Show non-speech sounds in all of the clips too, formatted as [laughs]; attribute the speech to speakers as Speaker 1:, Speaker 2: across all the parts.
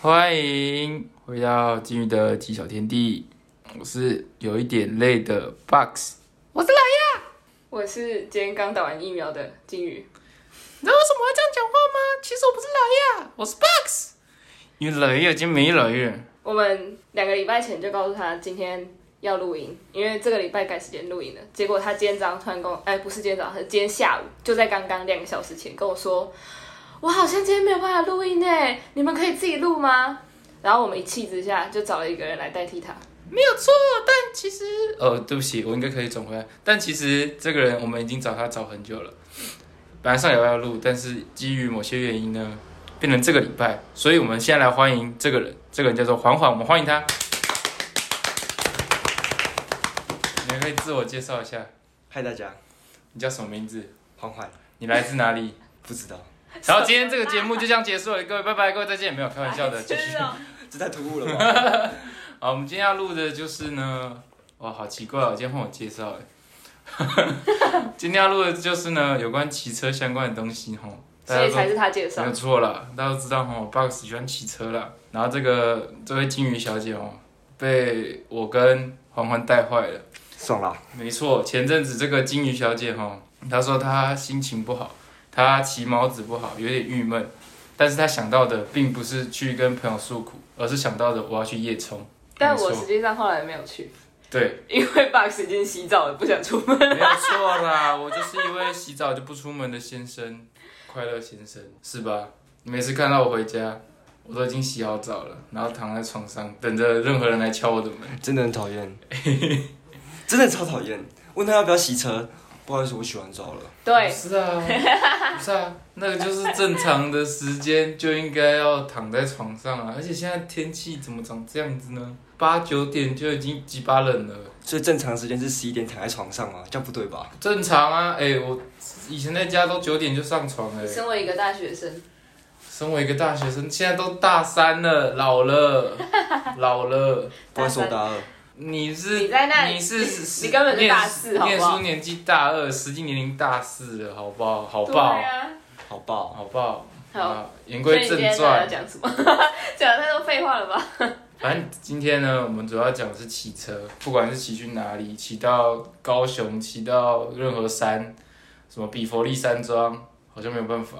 Speaker 1: 欢迎回到金鱼的鸡小天地，我是有一点累的 Box。我是老爷，
Speaker 2: 我是今天刚打完疫苗的金鱼，
Speaker 1: 你知道为什么会这样讲话吗？其实我不是老爷，啊我是 Box。因为老爷已经没老爷，
Speaker 2: 我们两个礼拜前就告诉他今天要录音，因为这个礼拜改时间录音了。结果他今天早上突然跟我，哎，不是今天早上，是今天下午，就在刚刚两个小时前跟我说，我好像今天没有办法录音呢，欸你们可以自己录吗？然后我们一气之下就找了一个人来代替他。
Speaker 1: 没有错。但其实，哦，对不起，我应该可以转回来。但其实这个人我们已经找他找很久了，本来上礼拜要录，但是基于某些原因呢，变成这个礼拜，所以我们现在来欢迎这个人，这个人叫做缓缓，我们欢迎他。你可以自我介绍一下，
Speaker 3: 嗨大家，
Speaker 1: 你叫什么名字？
Speaker 3: 缓缓，
Speaker 1: 你来自哪里？ [laughs]
Speaker 3: 不知道，
Speaker 1: 然后今天这个节目就这样结束了，各位拜拜，各位再见，没有开玩笑的，继续。
Speaker 2: 哦，
Speaker 3: 这太突兀了
Speaker 1: [laughs]
Speaker 3: 吧？
Speaker 1: 好，我们今天要录的就是呢，哇，好奇怪哦，今天换我介绍哎。 [laughs] 今天要录的就是呢，有关骑车相关的东西吼，大
Speaker 2: 所
Speaker 1: 家
Speaker 2: 以才
Speaker 1: 都
Speaker 2: 是他介
Speaker 1: 没
Speaker 2: 绍
Speaker 1: 有。错啦，大家都知道吼，Box 喜欢骑车啦。然后这个这位金鱼小姐哦，被我跟环环带坏了。
Speaker 3: 爽啦，
Speaker 1: 没错，前阵子这个金鱼小姐哈，她说她心情不好，她骑毛子不好，有点郁闷。但是她想到的并不是去跟朋友诉苦，而是想到的我要去夜冲。
Speaker 2: 但
Speaker 1: 没
Speaker 2: 我
Speaker 1: 错
Speaker 2: 实际上后来没有去，
Speaker 1: 对，
Speaker 2: 因为 Box 已经洗澡了，不想出门。
Speaker 1: 没有错啦， [laughs] 我就是一位洗澡就不出门的先生，快乐先生是吧？你每次看到我回家，我都已经洗好澡了，然后躺在床上等着任何人来敲我的门。
Speaker 3: 真的很讨厌， [laughs] 真的超讨厌。问他要不要洗车，不好意思，我洗完澡了。
Speaker 2: 对
Speaker 1: 不，是啊，不是啊，那个就是正常的时间就应该要躺在床上啊，而且现在天气怎么长这样子呢？八九点就已经鸡巴冷了，
Speaker 3: 所以正常时间是十一点躺在床上嘛，这样不对吧？
Speaker 1: 正常啊，哎、我以前在家都九点就上床哎、
Speaker 2: 身为一个大学生，
Speaker 1: 身为一个大学生，现在都大三了，老了，老了，
Speaker 3: 不会说大二，
Speaker 1: 你是
Speaker 2: 你在那里
Speaker 1: 你是
Speaker 2: 你根本就大四
Speaker 1: 念
Speaker 2: 好不好
Speaker 1: 念书年纪大二，实际年龄大四了，好不好？好
Speaker 2: 对
Speaker 1: 不好？
Speaker 2: 啊。
Speaker 3: 好爆。
Speaker 1: 好不好？
Speaker 2: 好
Speaker 1: 啊，言
Speaker 2: 所以
Speaker 1: 归
Speaker 2: 你
Speaker 1: 正
Speaker 2: 今天到底
Speaker 1: 传
Speaker 2: 要。讲什么？ [laughs] 讲太多废话了吧？
Speaker 1: 反正今天呢，我们主要讲的是骑车，不管是骑去哪里，骑到高雄，骑到任何山，什么比佛利山庄，好像没有办法。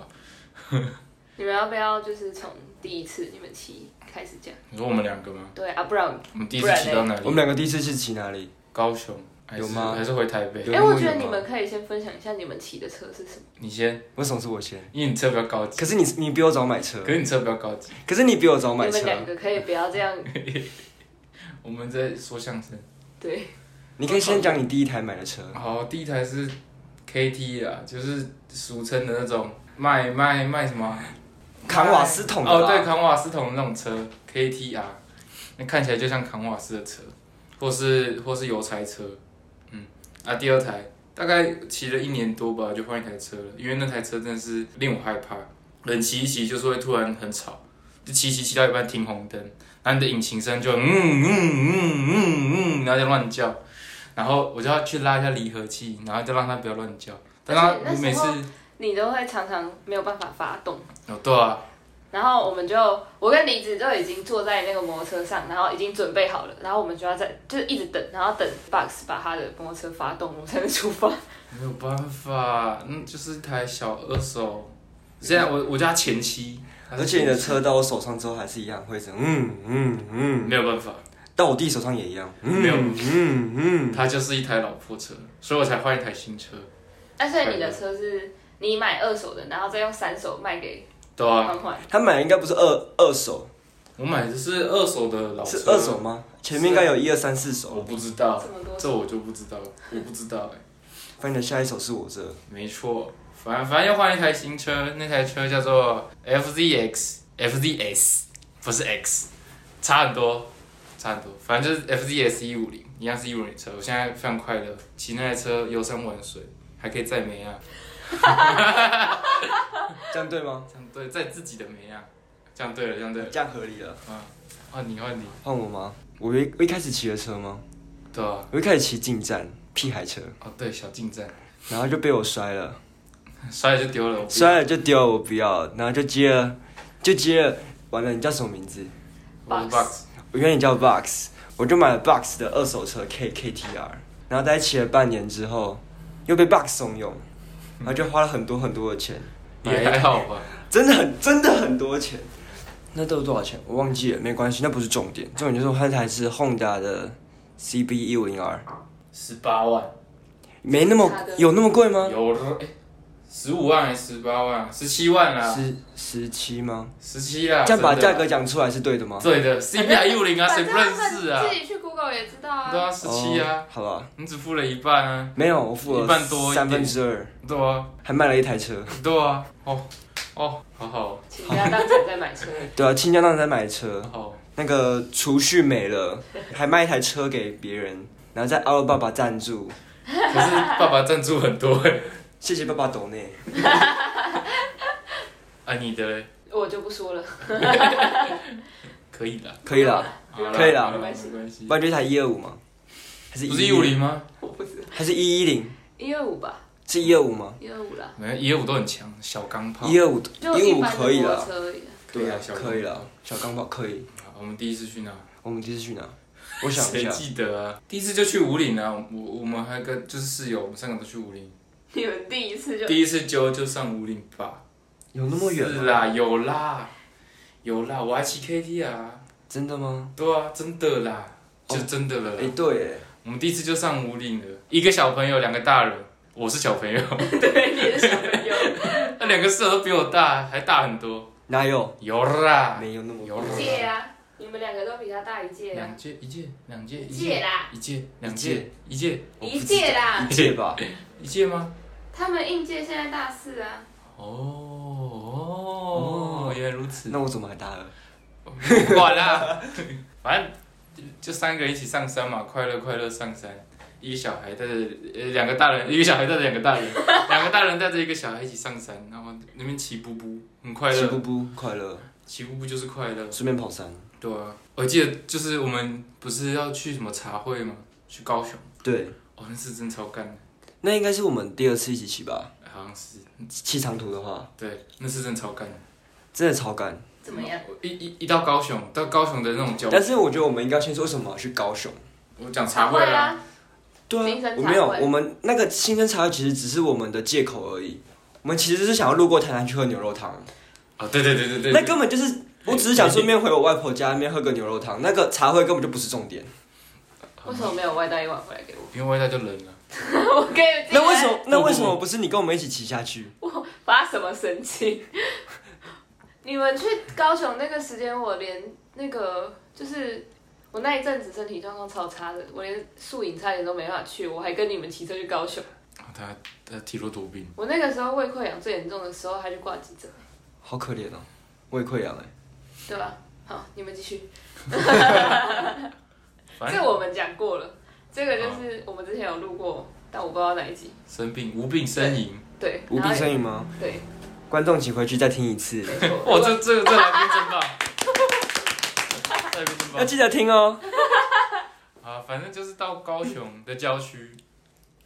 Speaker 2: 你们要不要就是从第一次你们骑开始讲？
Speaker 1: 你说我们两个吗？
Speaker 2: 对啊，不然
Speaker 1: 我们第一次骑到哪
Speaker 3: 我
Speaker 1: 里？
Speaker 3: 们两个第一次是骑哪里？
Speaker 1: 高雄还是
Speaker 3: 有吗
Speaker 1: 还是回台北？
Speaker 3: 有
Speaker 2: 哎、
Speaker 3: 那么
Speaker 2: 我觉得
Speaker 3: 远吗
Speaker 2: 你们可以先分享一下你们骑的车是什么。
Speaker 1: 你先，
Speaker 3: 为什么是我先？
Speaker 1: 因为你车比较高级，
Speaker 3: 可是你你比我早买车
Speaker 1: 可，是你车比较高级。
Speaker 3: 可是你比我早买
Speaker 2: 你们
Speaker 3: 车，
Speaker 2: 两个可以不要这样，
Speaker 1: 我们在说相声。
Speaker 2: 对，
Speaker 3: 你可以先讲你第一台买的车。
Speaker 1: 好，第一台是 KT 啦，就是俗称的那种卖卖卖什么啊
Speaker 3: 扛瓦斯桶的啦
Speaker 1: 哦，对，扛瓦斯桶的那种车，KTR，那看起来就像扛瓦斯的车，或是或是油柴车，嗯，啊，第二台大概骑了一年多吧，就换一台车了，因为那台车真的是令我害怕，人骑一骑就是会突然很吵，就骑骑骑到一半停红灯，然后你的引擎声就嗯嗯嗯嗯嗯，然后就乱叫，然后我就要去拉一下离合器，然后就让它不要乱叫，但它
Speaker 2: 而且那时候
Speaker 1: 每次
Speaker 2: 你都会常常没有办法发动。
Speaker 1: 哦对啊，
Speaker 2: 然后我们就，我跟李子就已经坐在那个摩托车上，然后已经准备好了，然后我们就要在，就是一直等，然后等 Box 把他的摩托车发动，我们才能出发。
Speaker 1: 没有办法，嗯，就是一台小二手。现在我我叫它前妻，它是
Speaker 3: 嗯而且你的车到我手上之后还是一样，会一直嗯嗯嗯，
Speaker 1: 没有办法，
Speaker 3: 到我弟手上也一样，嗯
Speaker 1: 没有
Speaker 3: 嗯嗯，
Speaker 1: 它就是一台老破车，所以我才换一台新车。
Speaker 2: 但是哎你的车是你买二手的，然后再用三手卖给
Speaker 1: 对啊，
Speaker 3: 嗯
Speaker 2: 缓缓。
Speaker 3: 他买的应该不是二二手，
Speaker 1: 我买的是二手的老车，啊
Speaker 3: 是二手吗？前面应该有一二三四手。
Speaker 1: 我不知道
Speaker 2: 这么，多
Speaker 1: 这我就不知道，我不知道哎、
Speaker 3: 反正你的下一手是我这，
Speaker 1: 没错，反正反正又换了一台新车，那台车叫做 FZX FZS，不是 X，差很多，差很多。反正就是 FZS E 一五零，一样是一五零车。我现在非常快乐，骑那台车游山玩水，还可以载啊梅亚，
Speaker 3: 这样对吗？
Speaker 1: 这样对，载自己的梅亚，这样对了，这样对了。
Speaker 3: 这样合理了。
Speaker 1: 换你换你，
Speaker 3: 换我吗？我一我一开始骑的车吗？
Speaker 1: 对啊，
Speaker 3: 我一开始骑进站屁孩车，
Speaker 1: 哦对，小进站， [laughs]
Speaker 3: 然后就被我摔了，
Speaker 1: 摔了就丢了，我不
Speaker 3: 摔了就丢了，我不要了，然后就接了，就接了完了，你叫什么名字？
Speaker 1: 我是
Speaker 2: Box
Speaker 1: Box，
Speaker 3: 我原来叫 Box，我就买了 Box 的二手车 KKTR，然后在骑了半年之后，又被 Box 怂恿，然后就花了很多很多的钱，
Speaker 1: 也还好吧。
Speaker 3: 真的很真的很多钱。那都是多少钱？我忘记了，没关系，那不是重点，重点就是我那台是 Honda 的 CB 一五零 R，
Speaker 1: 十八万，
Speaker 3: 没那么
Speaker 2: 差的
Speaker 3: 有那么贵吗？
Speaker 1: 有了哎，十五万还是十八万？啊十七万啦，
Speaker 3: 十十七吗？
Speaker 1: 十七啦。
Speaker 3: 这样把
Speaker 1: 啊真的
Speaker 3: 价格讲出来是对的吗？
Speaker 1: 对的，CPI 1 5 0啊，谁不认识啊
Speaker 2: 反正他？们自己去 Google 也知道
Speaker 1: 对
Speaker 2: 啊。
Speaker 1: 啊，十七啊
Speaker 3: 哦，，好吧，
Speaker 1: 你只付了一半啊。
Speaker 3: 没有，我付
Speaker 1: 一
Speaker 3: 了
Speaker 1: 半多一
Speaker 3: 三分
Speaker 1: 点
Speaker 3: 之二，
Speaker 1: 对啊，
Speaker 3: 还卖了一台车。
Speaker 1: 对啊，哦哦，好好
Speaker 2: 请不要当成在买车。
Speaker 3: 对啊，亲家让在买车
Speaker 1: 好，好，
Speaker 3: 那个储蓄没了，还卖一台车给别人，然后在阿罗爸爸赞助，
Speaker 1: 可是爸爸赞助很多哎。
Speaker 3: 谢谢爸爸懂内。
Speaker 1: 啊，你的嘞
Speaker 2: 我就不说了，
Speaker 1: 可以啦，
Speaker 3: 可以啦，
Speaker 1: 好
Speaker 3: 可以啦
Speaker 1: 好
Speaker 2: 没
Speaker 1: 没
Speaker 2: 关系
Speaker 1: 关系
Speaker 3: 不。然就一台一二五吗？还是
Speaker 1: 不是
Speaker 3: 150
Speaker 1: 1 5？零吗？
Speaker 2: 我不知道。
Speaker 3: 还是一一零？
Speaker 2: 一二五吧，
Speaker 3: 是一二五吗？
Speaker 2: 一二五啦，
Speaker 1: 没有，一五都很强，小钢炮。
Speaker 3: 一二五，
Speaker 2: 就
Speaker 3: 一
Speaker 2: 一
Speaker 3: 五
Speaker 2: 般的
Speaker 3: 可以
Speaker 2: 摩托
Speaker 3: 啦，
Speaker 2: 车而已啊。
Speaker 3: 对啊，
Speaker 1: 小钢炮
Speaker 3: 可以啦，小钢炮可以。
Speaker 1: 好我们第一次去哪？
Speaker 3: 我们这次
Speaker 1: [laughs]
Speaker 3: 去哪？我想一
Speaker 1: 谁
Speaker 3: 下，
Speaker 1: 记得啊？第一次就去五岭啊，我我们还跟就是室友，我们三个都去五岭。
Speaker 2: 你们第一次就
Speaker 1: 第一次揪就上五岭吧。
Speaker 3: 有那么远
Speaker 1: 是啊
Speaker 3: 吗？
Speaker 1: 啦，有啦，有啦，我还骑 KT 啊。
Speaker 3: 真的吗？
Speaker 1: 对啊，真的啦，就真的了。
Speaker 3: 哎，对耶，
Speaker 1: 我们第一次就上五岭了，一个小朋友，两个大人，我是小朋友， [laughs]
Speaker 2: 对你是小朋友，
Speaker 1: 那两个室友都比我大，还大很多。
Speaker 3: 哪有？
Speaker 1: 有啦，
Speaker 3: 没有那么
Speaker 1: 啊有
Speaker 3: 远
Speaker 1: 啦
Speaker 2: 届啊，你们两个都比他大一届啊，
Speaker 1: 两届，一届，两届，一
Speaker 2: 届
Speaker 1: 届，
Speaker 2: 啦，
Speaker 1: 一届，两届，一届，
Speaker 3: 我不
Speaker 2: 一
Speaker 3: 知
Speaker 2: 届啦
Speaker 1: 啊
Speaker 3: 一，届吧。
Speaker 1: 一届吗？
Speaker 2: 他们应届现在大四啊，
Speaker 1: 哦哦，原来如此。
Speaker 3: 那我怎么还大二？
Speaker 1: 不管啦，反正就三个一起上山嘛，快乐快乐上山。一个小孩带着呃两个大人，一个小孩带着两个大人，两个大人带着一个小孩一起上山，然后那边骑步步很快
Speaker 3: 起步
Speaker 1: 乐，
Speaker 3: 步快乐，
Speaker 1: 骑步步就是快乐。
Speaker 3: 顺便跑山。
Speaker 1: 对啊，我记得就是我们不是要去什么茶会吗？去高雄，
Speaker 3: 对，
Speaker 1: 哦，那是真超干的，
Speaker 3: 那应该是我们第二次一起骑吧。
Speaker 1: 好像是，
Speaker 3: 骑长途的话，
Speaker 1: 对，那是真超干的。
Speaker 3: 真的超干。
Speaker 2: 怎么样？
Speaker 1: 我一一一到高雄，到高雄的那种交，
Speaker 3: 但是我觉得我们应该先说为什么要去高雄。
Speaker 1: 我讲茶会啦，
Speaker 2: 啊，
Speaker 3: 对
Speaker 2: 新生茶，
Speaker 3: 啊
Speaker 2: 会
Speaker 3: 我没有，我们那个新生茶会其实只是我们的借口而已。我们其实是想要路过台南去喝牛肉汤，
Speaker 1: 哦，对对对对对，
Speaker 3: 那根本就是，我只是想顺便回我外婆家那边喝个牛肉汤，那个茶会根本就不是重点。
Speaker 2: 啊为什么没有外带一碗回来给我？ [laughs]
Speaker 1: 因为外带就冷了，
Speaker 2: 我跟你
Speaker 3: 那为什么？那
Speaker 1: 不
Speaker 3: 为什么不是你跟我们一起骑下去？
Speaker 2: 发什么神经？ [laughs] 你们去高雄那个时间，我连那个就是我那一阵子身体状况超差的，我连宿营差点都没办法去，我还跟你们骑车去高雄。
Speaker 1: 哦他他体弱多病。
Speaker 2: 我那个时候胃溃疡最严重的时候，还去挂急诊，
Speaker 3: 好可怜哦，胃溃疡哎。
Speaker 2: 对吧？好，你们继
Speaker 3: [laughs]
Speaker 2: 续。
Speaker 1: 反正
Speaker 2: 这我们讲过了，这个就是我们之前有录过，但我不知道哪一集。
Speaker 1: 生病无病呻吟。
Speaker 2: 对，
Speaker 3: 无
Speaker 2: 然
Speaker 3: 病
Speaker 2: 后
Speaker 3: 呻吟吗？
Speaker 2: 对，
Speaker 3: 观众请回去再听一次，
Speaker 2: 没错。
Speaker 1: [laughs] 哇，这这这来宾真 [laughs] 棒，这来宾真
Speaker 3: 要
Speaker 1: 棒
Speaker 3: 记得听哦。
Speaker 1: 啊！反正就是到高雄的郊区，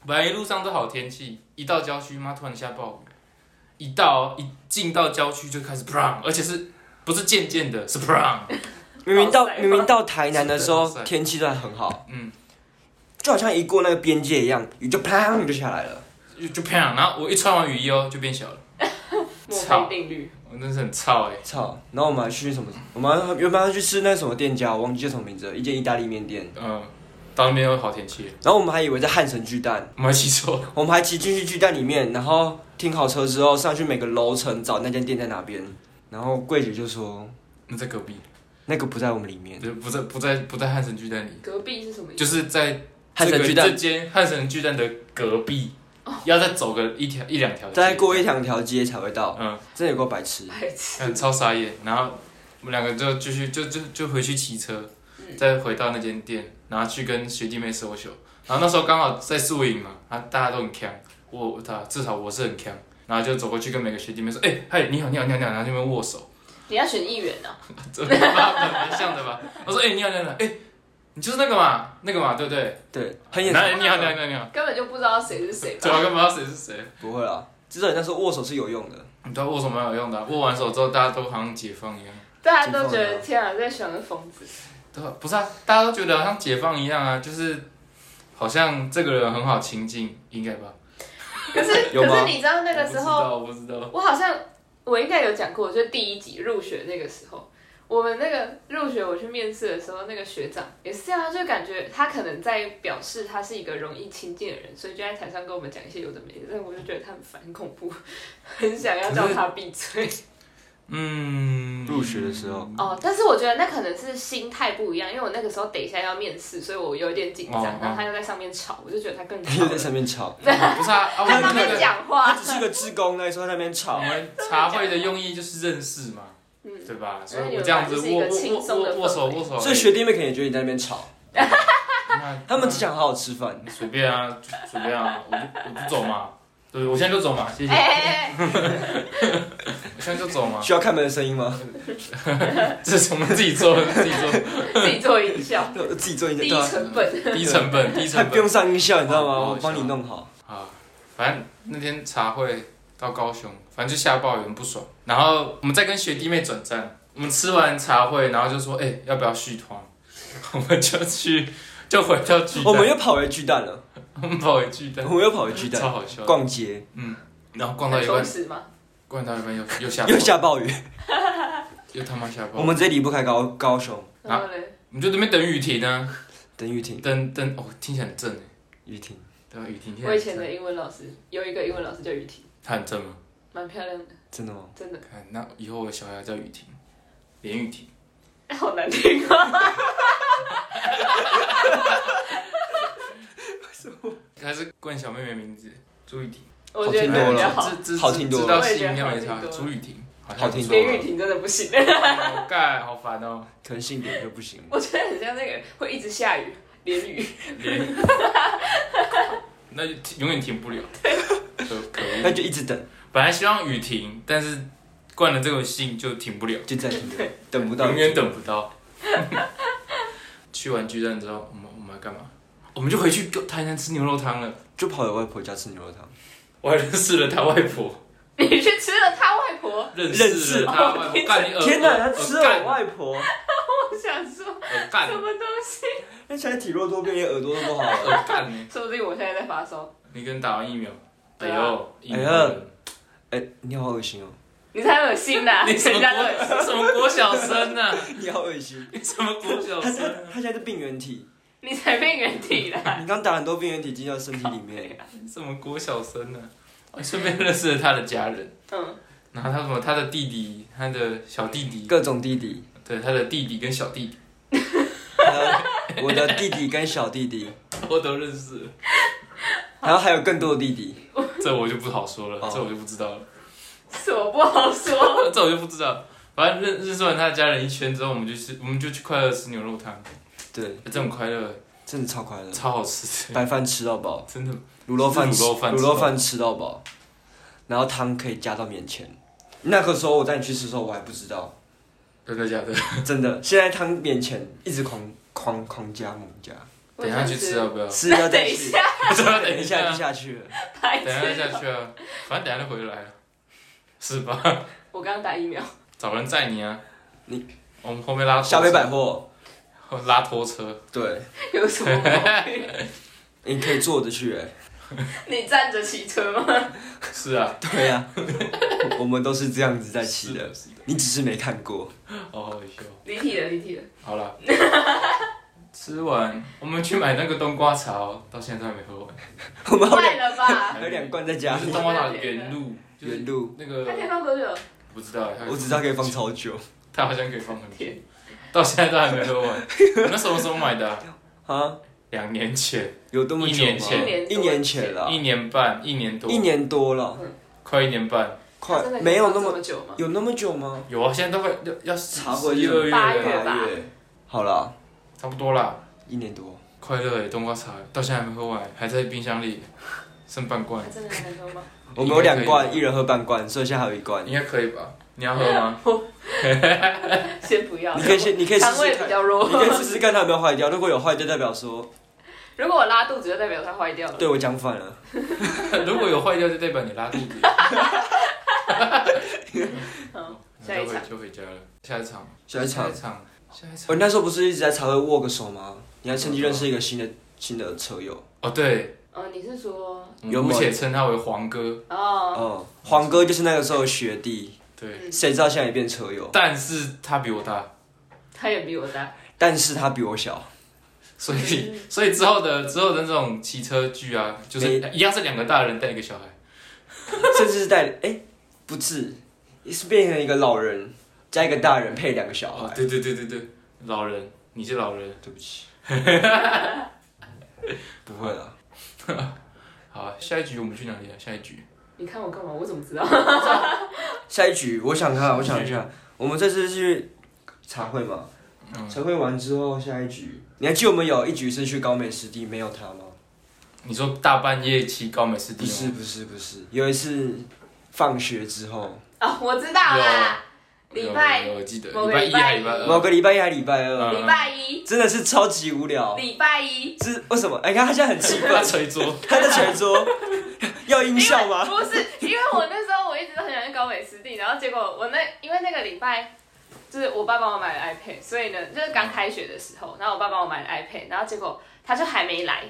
Speaker 1: 本来一路上都好天气，一到郊区妈突然下暴雨，一到一进到郊区就开始砰，而且是不是渐渐的，是砰，
Speaker 3: 明明到
Speaker 2: 好晒吗
Speaker 3: 明明到台南的时候
Speaker 1: 是的，好晒
Speaker 3: 天气都还很好，
Speaker 1: 嗯，
Speaker 3: 就好像一过那个边界一样，雨就砰就下来了。
Speaker 1: 就就砰，然后我一穿完雨衣哦，就变小了，
Speaker 2: 墨菲定律，
Speaker 1: 我真是很操哎、
Speaker 3: 操！然后我们还去什么？我们原本要去吃那个什么店家，我忘记叫什么名字了，一间意大利面店。
Speaker 1: 嗯，到那边有好天气了，
Speaker 3: 然后我们还以为在汉神巨蛋，
Speaker 1: 我们一起说，
Speaker 3: 我们还骑进去巨蛋里面，然后停好车之后上去每个楼层找那间店在哪边。然后柜姐就说
Speaker 1: 那在隔壁，
Speaker 3: 那个不在我们里面，
Speaker 1: 不不在不在不在汉神巨蛋里，
Speaker 2: 隔壁是什么意思？
Speaker 1: 就是在
Speaker 3: 汉神
Speaker 1: 这
Speaker 3: 巨
Speaker 1: 个
Speaker 3: 蛋
Speaker 1: 这间汉神巨蛋的隔壁，要再走个一条一两条，
Speaker 3: 再过一，两条街才会到，
Speaker 1: 嗯，
Speaker 3: 真的有够白痴。
Speaker 2: 白痴。
Speaker 1: 嗯，超傻眼。然后我们两个就继续就就就回去骑车，再回到那间店，然后去跟学弟妹 social。然后那时候刚好在宿营嘛，啊，大家都很强，我我他至少我是很强。然后就走过去跟每个学弟妹说：“哎、嗨，你好，你好，你好，你好。”然后就那边握手，
Speaker 2: 你要选议员啊？
Speaker 1: 这没办法， [laughs] 蛮像的吧？我说：“哎、你好，你好，你好哎、你就是那个嘛，那个嘛，对不对？
Speaker 3: 对，很眼
Speaker 1: 然后你好，你好，你好，你好，
Speaker 2: 根本就不知道谁是谁
Speaker 1: 对啊，
Speaker 2: 吧？
Speaker 1: 根本不知道谁是谁。”
Speaker 3: 不会啦，至少你那时候握手是有用的。
Speaker 1: 你知道握手蛮有用的啊、握完手之后大家都好像解放一样。
Speaker 2: 大家都觉得天啊，在想的疯子。
Speaker 1: 对吧？不是啊，大家都觉得好像解放一样啊，就是好像这个人很好亲近，应该吧？
Speaker 2: [laughs]
Speaker 1: [laughs]
Speaker 2: 可是
Speaker 3: 有
Speaker 2: 可
Speaker 3: 吗
Speaker 2: 是你知道那个时候，
Speaker 1: 我不知道，我不知道。
Speaker 2: 我好像我应该有讲过，就是第一集入学那个时候，我们那个入学我去面试的时候，那个学长也是这样，他就感觉他可能在表示他是一个容易亲近的人，所以就在台上跟我们讲一些有的没的，但我就觉得他很烦、很恐怖， [laughs] 很想要叫他闭嘴。
Speaker 1: 嗯，
Speaker 3: 入学的时候，
Speaker 2: 哦，但是我觉得那可能是心态不一样，因为我那个时候等一下要面试，所以我有一点紧张，
Speaker 1: 哦哦
Speaker 2: 然后他又在上面吵，我就觉得他更吵
Speaker 1: 嗯
Speaker 3: 又
Speaker 1: [laughs]
Speaker 2: 了
Speaker 3: [laughs] 在。上面吵，
Speaker 1: 不是啊，啊我
Speaker 2: 在
Speaker 1: 们
Speaker 2: 上
Speaker 1: 那
Speaker 2: 面
Speaker 1: 个
Speaker 2: 讲
Speaker 3: [laughs] 他
Speaker 2: 话，
Speaker 3: 只是个志工，那时候在那边
Speaker 1: 我
Speaker 3: 吵，
Speaker 1: 们茶会的用意就是认识嘛，
Speaker 2: 嗯
Speaker 1: 对吧？
Speaker 2: 所
Speaker 1: 所
Speaker 2: 以
Speaker 1: 以我这样子
Speaker 2: 你
Speaker 1: 握握
Speaker 2: 们就是一个轻松的
Speaker 1: 握握手
Speaker 2: 氛围
Speaker 1: 握手，哎
Speaker 3: 所以学弟妹肯定也觉得你在那边吵，
Speaker 1: 那
Speaker 3: 他们只想好好吃饭。
Speaker 1: 那随便啊，随便啊，我不我不走嘛，对，我现在就走嘛，谢谢，
Speaker 2: 哎哎哎，
Speaker 1: 我现在就走嘛，
Speaker 3: 需要开门的声音吗？
Speaker 1: 这是我们自己做的，自己做的，
Speaker 2: 自己做营销，
Speaker 3: 我自己做一
Speaker 2: 低
Speaker 3: 点，对啊
Speaker 2: 成本。
Speaker 1: 低成本，低
Speaker 3: 还
Speaker 1: 成
Speaker 3: 不
Speaker 1: 本
Speaker 3: 用上音效，你知道吗？
Speaker 1: 哦
Speaker 3: 我帮你弄好。
Speaker 1: 啊，反正那天茶会到高雄，反正就吓爆，有人不爽，然后我们再跟学弟妹转战，我们吃完茶会，然后就说，哎、要不要续团？ [laughs] 我们就去，就回到巨蛋，
Speaker 3: 我们又跑回巨蛋了，
Speaker 1: 我们跑回巨蛋
Speaker 3: 我，们又跑回巨
Speaker 1: 超
Speaker 3: 蛋
Speaker 1: 好笑。
Speaker 3: 逛街，
Speaker 1: 然后逛到一
Speaker 2: 充
Speaker 1: 半，啊
Speaker 2: 实吗？
Speaker 1: 逛到一半又又下
Speaker 3: [laughs]
Speaker 1: 哦
Speaker 3: 又下暴雨，
Speaker 1: 又他妈下暴，
Speaker 3: 我们直接离不开高高雄。
Speaker 2: 然后嘞，
Speaker 1: 我们就在那边等雨停啊，
Speaker 3: 等雨停，
Speaker 1: 等等哦，听起来很正哎，
Speaker 3: 雨停，
Speaker 1: 对啊吧？雨停，
Speaker 2: 我以前的英文老师有一个英文老师叫雨婷，
Speaker 1: 他很正吗？
Speaker 2: 蛮漂亮的，
Speaker 3: 真的吗？
Speaker 2: 真的，
Speaker 1: 看那以后我的小孩叫雨婷，连雨婷，
Speaker 2: 哎好难听啊！
Speaker 1: 还是冠小妹妹名字朱雨婷，
Speaker 2: 我觉得这样比较好。
Speaker 1: 知知
Speaker 3: 好听多了
Speaker 1: 知道姓应该没差，朱雨婷
Speaker 3: 好听多
Speaker 2: 连雨
Speaker 3: 了，
Speaker 2: 婷真的不行， [laughs]
Speaker 1: 好干，好烦哦，
Speaker 3: 可能性别就不行。
Speaker 2: 我觉得很像那个会一直下雨连雨， [laughs]
Speaker 1: 连，那就永远停不了，可可
Speaker 3: 那
Speaker 1: 恶，
Speaker 3: 就一直等，
Speaker 1: 本来希望雨停，但是冠了这个姓就停不了。
Speaker 3: 就在停，等不到，
Speaker 1: 永远等不到。 [laughs] 去完巨蛋之后，我们我们要干嘛？我们就回去台南吃牛肉汤了。
Speaker 3: 就跑回外婆家吃牛肉汤。
Speaker 1: 我还认识了他外婆，
Speaker 2: 你去吃了他外婆，
Speaker 1: 认
Speaker 3: 识
Speaker 1: 识了他外婆。干你耳
Speaker 3: 天哪，他吃了我
Speaker 1: 呃干
Speaker 3: 外婆，
Speaker 2: 我想说
Speaker 1: 耳
Speaker 2: 什
Speaker 1: 干
Speaker 2: 么东西？
Speaker 3: 那现在体弱多病，连耳朵都不好了。
Speaker 1: 耳干呢？
Speaker 2: 说不定我现在在发烧。
Speaker 1: 你跟打完疫苗？哎
Speaker 2: 对啊
Speaker 1: 呦，疫苗
Speaker 3: 哎呀哎，你好恶心哦！
Speaker 2: 你才恶心
Speaker 1: [laughs]
Speaker 2: 呐、
Speaker 1: 你什么
Speaker 2: 人家恶
Speaker 1: 国什么国小生呢？
Speaker 3: 你好恶心，
Speaker 1: 你什么国小
Speaker 3: 他他
Speaker 1: 生
Speaker 2: [laughs]
Speaker 1: 啊？
Speaker 3: 他现在是病原体，
Speaker 2: 你才变原体
Speaker 1: 哎
Speaker 2: 啦！
Speaker 3: 你刚打很多病原体进到身体里面，
Speaker 1: 你什么国小生呢？我顺便认识了他的家人，
Speaker 2: 嗯，
Speaker 1: 然后他什么他的弟弟，他的小弟弟，
Speaker 3: 各种弟弟，
Speaker 1: 对他的弟弟跟小弟弟，
Speaker 3: 还有我的弟弟跟小弟弟，
Speaker 1: 我都认识了。
Speaker 3: 然后还有更多的弟弟，
Speaker 1: 这我就不好说了，
Speaker 3: 哦
Speaker 1: 这我就不知道了， [laughs]
Speaker 2: 是我不好说。
Speaker 1: 这我就不知道。反正认认识完他的家人一圈之后，我们就去，我们就去快乐吃牛肉汤，
Speaker 3: 对，
Speaker 1: 这种快乐
Speaker 3: 真的超快乐，
Speaker 1: 超好吃的，
Speaker 3: 白饭吃到饱，
Speaker 1: 真的。
Speaker 3: 卤肉饭
Speaker 1: 卤肉饭
Speaker 3: 卤
Speaker 1: 吃到
Speaker 3: 肉饭吃到饱，然后汤可以加到面前。那个时候我带你去吃的时候，我还不知道， [laughs]
Speaker 1: 真的假的？
Speaker 3: 真的。现在汤面前一直狂狂狂加猛加，
Speaker 1: 等一下去吃啊要不 [laughs]
Speaker 2: [laughs]
Speaker 1: 要？
Speaker 3: 吃要再
Speaker 2: 等一
Speaker 3: 去
Speaker 2: 下，
Speaker 1: 呃等
Speaker 3: 等
Speaker 1: 一
Speaker 3: 一
Speaker 1: 下
Speaker 3: 下就，下去了。
Speaker 2: 白
Speaker 1: 等一下
Speaker 2: 痴
Speaker 1: 下去啊，反正等一下就回来了，是吧？ [laughs]
Speaker 2: 我刚刚打疫苗，
Speaker 1: 找人载你啊，
Speaker 3: 你
Speaker 1: 我们后面拉拖车
Speaker 3: 小北百货，
Speaker 1: [laughs] 拉拖车，
Speaker 3: 对，
Speaker 2: 有什
Speaker 1: [laughs]
Speaker 2: 么毛
Speaker 3: 哦
Speaker 2: 病？
Speaker 3: 你可以坐着去、欸，
Speaker 2: 你站着骑车吗？
Speaker 1: 是啊，
Speaker 3: 对呀、 [laughs] 我我们都是这样子在骑
Speaker 1: 是
Speaker 3: 的，
Speaker 1: 的，是的，
Speaker 3: 你只是没看过。 [laughs]
Speaker 1: 哦哟，
Speaker 2: 离体了，离体了。
Speaker 1: 好了。吃完，我们去买那个冬瓜茶哦，到现在都还没喝完。
Speaker 3: 我们有
Speaker 2: 快
Speaker 3: 两
Speaker 2: 了吧？
Speaker 3: 还有两罐在家
Speaker 1: 就是
Speaker 3: 里，
Speaker 1: 冬瓜茶原路，就是
Speaker 3: 原路，
Speaker 1: 那个
Speaker 2: 它可以放多久？
Speaker 1: 不知道，
Speaker 3: 我只知道可以放超久
Speaker 1: [laughs] 它好像可以放很久，到现在都还没喝
Speaker 3: [laughs]
Speaker 1: 完。你们什么时候买的啊、
Speaker 3: 啊，
Speaker 1: 两年前，
Speaker 3: 有这么久吗？
Speaker 1: 一年前
Speaker 3: 一年前了，
Speaker 1: 一年半，一年多，
Speaker 3: 一年多了，
Speaker 1: 快一年半。
Speaker 3: 快
Speaker 2: 真的可以
Speaker 3: 没有
Speaker 2: 放
Speaker 3: 那
Speaker 2: 这
Speaker 3: 么
Speaker 2: 么久吗？
Speaker 3: 有那么久吗？
Speaker 1: 有啊，现在都快要要十
Speaker 3: 查过
Speaker 1: 十二月
Speaker 2: 八
Speaker 1: 了
Speaker 2: 月吧
Speaker 3: 八月，好了，
Speaker 1: 差不多啦。
Speaker 3: 一年多，
Speaker 1: 快乐欸，冬瓜茶到现在还没喝完，还在冰箱里，剩半罐
Speaker 2: 它，真的能喝吗？ [laughs]
Speaker 3: 我们有两罐，一人喝半罐，所以现在还有一罐。
Speaker 1: 应该可以吧？你要喝吗？ [laughs]
Speaker 2: 先不要，
Speaker 3: 你可以先，你可以试
Speaker 2: 肠
Speaker 3: 试
Speaker 2: 胃比
Speaker 3: 看，
Speaker 2: 较弱
Speaker 3: 你。可以试试看它有没有坏掉。如果有坏，就代表说
Speaker 2: 如果我拉肚子，就代表它坏掉了。
Speaker 3: 对我讲反了。
Speaker 1: 如果有坏掉，就代表你拉肚子。
Speaker 2: 下一
Speaker 1: 就
Speaker 2: 场
Speaker 1: 回就回家了。下一场，
Speaker 3: 下一场哦
Speaker 1: 下一场，下一场。
Speaker 3: 我那时候不是一直在才会握个手吗？你还趁机认识一个新的新的车友
Speaker 1: 哦，对，
Speaker 2: 哦，你是说
Speaker 1: 我
Speaker 3: 有
Speaker 1: 们
Speaker 3: 某
Speaker 1: 姑且称他为黄哥。
Speaker 2: 哦，
Speaker 3: 哦，黄哥就是那个时候的学弟，
Speaker 1: 对，
Speaker 3: 谁知道现在也变车友，
Speaker 1: 但是他比我大，
Speaker 2: 他也比我大，
Speaker 3: 但是他比我小，
Speaker 1: 所以 [laughs] 所以之后的之后的那种骑车剧啊，就是一样是两个大人带一个小孩。
Speaker 3: 甚至是带哎、不是，是变成一个老人加一个大人配两个小
Speaker 1: 哦
Speaker 3: 孩，，
Speaker 1: 对对对对对，老人，你是老人。
Speaker 3: 对不 [laughs] 起，不会了，
Speaker 1: 好啊，下一局我们去哪里啊？下一局
Speaker 2: 你看我干嘛？我怎么知道？ [laughs]
Speaker 3: 下一局我想看，我想一下，我们这次去茶会嘛，茶会完之后下一局，你还记得我们有一局是去高美湿地没有他吗？
Speaker 1: 你说大半夜骑高美湿地
Speaker 3: 不
Speaker 1: 吗
Speaker 3: 是不是不是，有一次放学之后，
Speaker 2: 哦，我知道啦，
Speaker 1: 有
Speaker 2: 礼拜
Speaker 1: 有我记得
Speaker 2: 某
Speaker 1: 礼
Speaker 2: 个
Speaker 1: 拜一还是
Speaker 2: 礼
Speaker 1: 礼
Speaker 2: 拜
Speaker 1: 拜
Speaker 2: 一
Speaker 3: 某
Speaker 1: 二，
Speaker 3: 个礼拜一还礼拜二，
Speaker 1: 嗯
Speaker 2: 礼拜一，
Speaker 3: 真的是超级无聊。
Speaker 2: 礼拜一，
Speaker 3: 这为什么？哎、你看他现在很气
Speaker 1: 他
Speaker 3: 愤，
Speaker 1: 捶桌，
Speaker 3: 他在捶 [laughs] 桌，要音效吗？
Speaker 2: 不是，因为我那时候我一直都很想去高美湿地，然后结果我那因为那个礼拜就是我爸帮我买了 iPad，所以呢就是刚开学的时候，然后我爸帮我买了 iPad，然后结果他就还没来，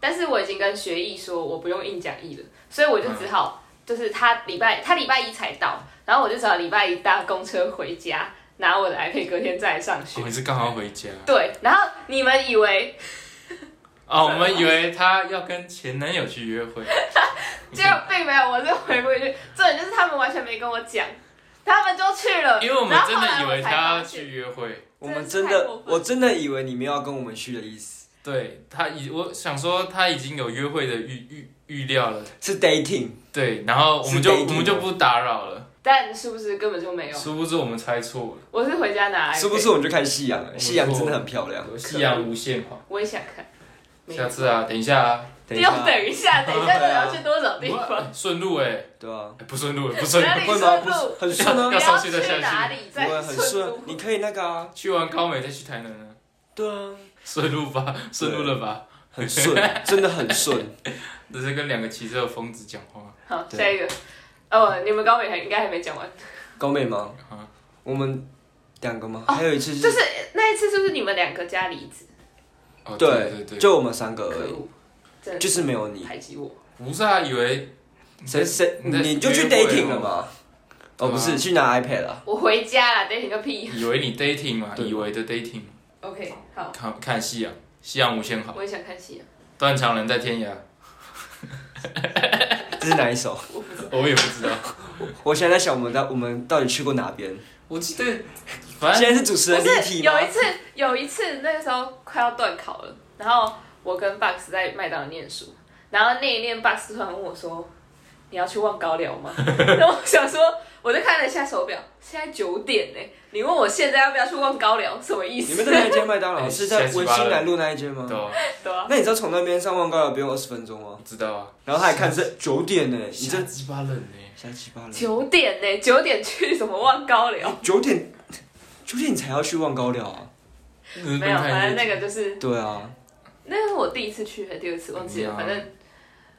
Speaker 2: 但是我已经跟学艺说我不用印讲义了，所以我就只好就是他礼拜他礼拜一才到，然后我就只好礼拜一搭公车回家拿我的 iPad，隔天再来上学
Speaker 1: [laughs] 我。们是刚好回家
Speaker 2: 对，然后你们以为
Speaker 1: 啊，我们以为他要跟前男友去约
Speaker 2: [laughs]
Speaker 1: 会，
Speaker 2: 结果并没有，我是回不去。重点就是他们完全没跟我讲，他们就去了。
Speaker 1: [laughs] 因为我们
Speaker 2: 然后
Speaker 1: 真
Speaker 2: 后来
Speaker 1: 的以为
Speaker 2: 我才
Speaker 1: 他
Speaker 2: 发
Speaker 1: 要
Speaker 2: 现
Speaker 1: 去约会，
Speaker 3: 我们真的，我真的以为你们要跟我们去的意思
Speaker 1: 对他已我想说他已经有约会的预预预料了，
Speaker 3: 是 dating，
Speaker 1: 对，然后我们
Speaker 3: 是
Speaker 1: 就
Speaker 3: dating
Speaker 1: 我们就不打扰了，
Speaker 2: 但是不是根本就没有？
Speaker 1: 殊不知我们猜错了，
Speaker 2: 我是回家拿 iPad，
Speaker 3: 是不是？我们就看夕阳了，
Speaker 1: 没错
Speaker 3: 夕阳真的很漂亮。
Speaker 1: 夕阳无限好，
Speaker 2: 我也想看。没有
Speaker 1: 下次啊，等一下啊，
Speaker 3: 等一
Speaker 2: 又
Speaker 3: 下，
Speaker 2: 等一下，等
Speaker 1: [laughs]
Speaker 2: 一下，到底要去多少地方？
Speaker 1: 哇顺路哎，
Speaker 3: 对啊，
Speaker 1: 哎不顺路不顺路
Speaker 2: 哪里，
Speaker 3: 会吗？
Speaker 2: 顺
Speaker 3: 不
Speaker 2: 路
Speaker 3: 是很顺
Speaker 1: 要
Speaker 2: [laughs]
Speaker 3: 啊，
Speaker 2: 你
Speaker 1: 上去再下
Speaker 2: 去
Speaker 1: 去
Speaker 2: 哪里？
Speaker 3: 不
Speaker 2: 再
Speaker 3: 会很
Speaker 2: 顺
Speaker 3: 顺
Speaker 2: 路，
Speaker 3: 你可以那个啊，
Speaker 1: 去完高美再去台南
Speaker 2: [laughs]
Speaker 1: 啊，
Speaker 3: 对啊，
Speaker 1: 顺路吧，顺路了吧，[laughs]
Speaker 3: 很顺，真的很顺。
Speaker 1: 只是跟两个骑车的疯子讲话，
Speaker 2: 好，
Speaker 3: 对
Speaker 2: 下一个。哦，你们高美还应该还没讲完，
Speaker 3: 高美
Speaker 1: [laughs]
Speaker 3: 吗
Speaker 1: 啊？
Speaker 3: 我们两个吗？
Speaker 2: 哦
Speaker 3: 还有一次，
Speaker 2: 就是是那一次是不是你们两个加离子？
Speaker 1: 哦对
Speaker 3: 对
Speaker 1: 对，
Speaker 3: 就我们三个
Speaker 2: 可
Speaker 3: 而
Speaker 2: 恶，真
Speaker 3: 已，
Speaker 2: 的
Speaker 3: 就是没有你。
Speaker 2: 排挤我。
Speaker 1: 不是啊，以
Speaker 2: [laughs]
Speaker 1: 为
Speaker 3: 谁谁
Speaker 1: 你在
Speaker 3: 你就去
Speaker 1: 约会哦
Speaker 3: dating 了嘛？哦，
Speaker 1: 对啊
Speaker 3: 不是，去拿 iPad 了。
Speaker 2: 我回家了，dating 个屁。
Speaker 1: 以为你 dating 嘛，
Speaker 3: 对
Speaker 1: 以为的 dating，
Speaker 2: OK，好，
Speaker 1: 看看夕阳，夕阳无限好，
Speaker 2: 我也想看戏啊，
Speaker 1: 断肠人在天涯，
Speaker 2: [laughs]
Speaker 3: 这是哪一
Speaker 1: [laughs]
Speaker 3: 首？
Speaker 2: 我不知道。
Speaker 1: 我也不知道，
Speaker 3: 我现在在想，我们到我们到底去过哪边？
Speaker 1: 我记得， [laughs] 反
Speaker 2: [laughs]
Speaker 1: 正
Speaker 3: 现在是主持人
Speaker 2: 不
Speaker 3: 立
Speaker 2: 是
Speaker 3: 体
Speaker 2: 有
Speaker 3: 吗？
Speaker 2: 一次，有一次那个时候快要断考了，然后我跟 Box 在麦当劳念书，然后念一念 Box 突然问我说：“你要去望高寮吗？” [laughs] 然后我想说，我就看了一下手表，现在九点呢、你问我现在要不要去望高寮，什么意
Speaker 3: 你
Speaker 2: 思？
Speaker 3: 们的那一间麦当劳
Speaker 1: 哎
Speaker 3: 是在
Speaker 1: 78
Speaker 3: 文心南路那一间吗？
Speaker 1: 对啊，
Speaker 2: 对啊，
Speaker 3: 那你知道从那边上望高寮不用二十分钟吗
Speaker 1: 我？知道啊，
Speaker 3: 然后他还看是九点呢，你这
Speaker 1: 下鸡巴冷欸呢，
Speaker 3: 瞎鸡巴了！
Speaker 2: 九点呢、九点去什么望高寮？
Speaker 3: 九点，九点你才要去望高寮啊？
Speaker 2: 没有，反正那个就是
Speaker 3: 对啊，
Speaker 2: 那个是我第一次去还是第二次忘记了，
Speaker 1: 没有啊
Speaker 3: 嗯
Speaker 2: 反正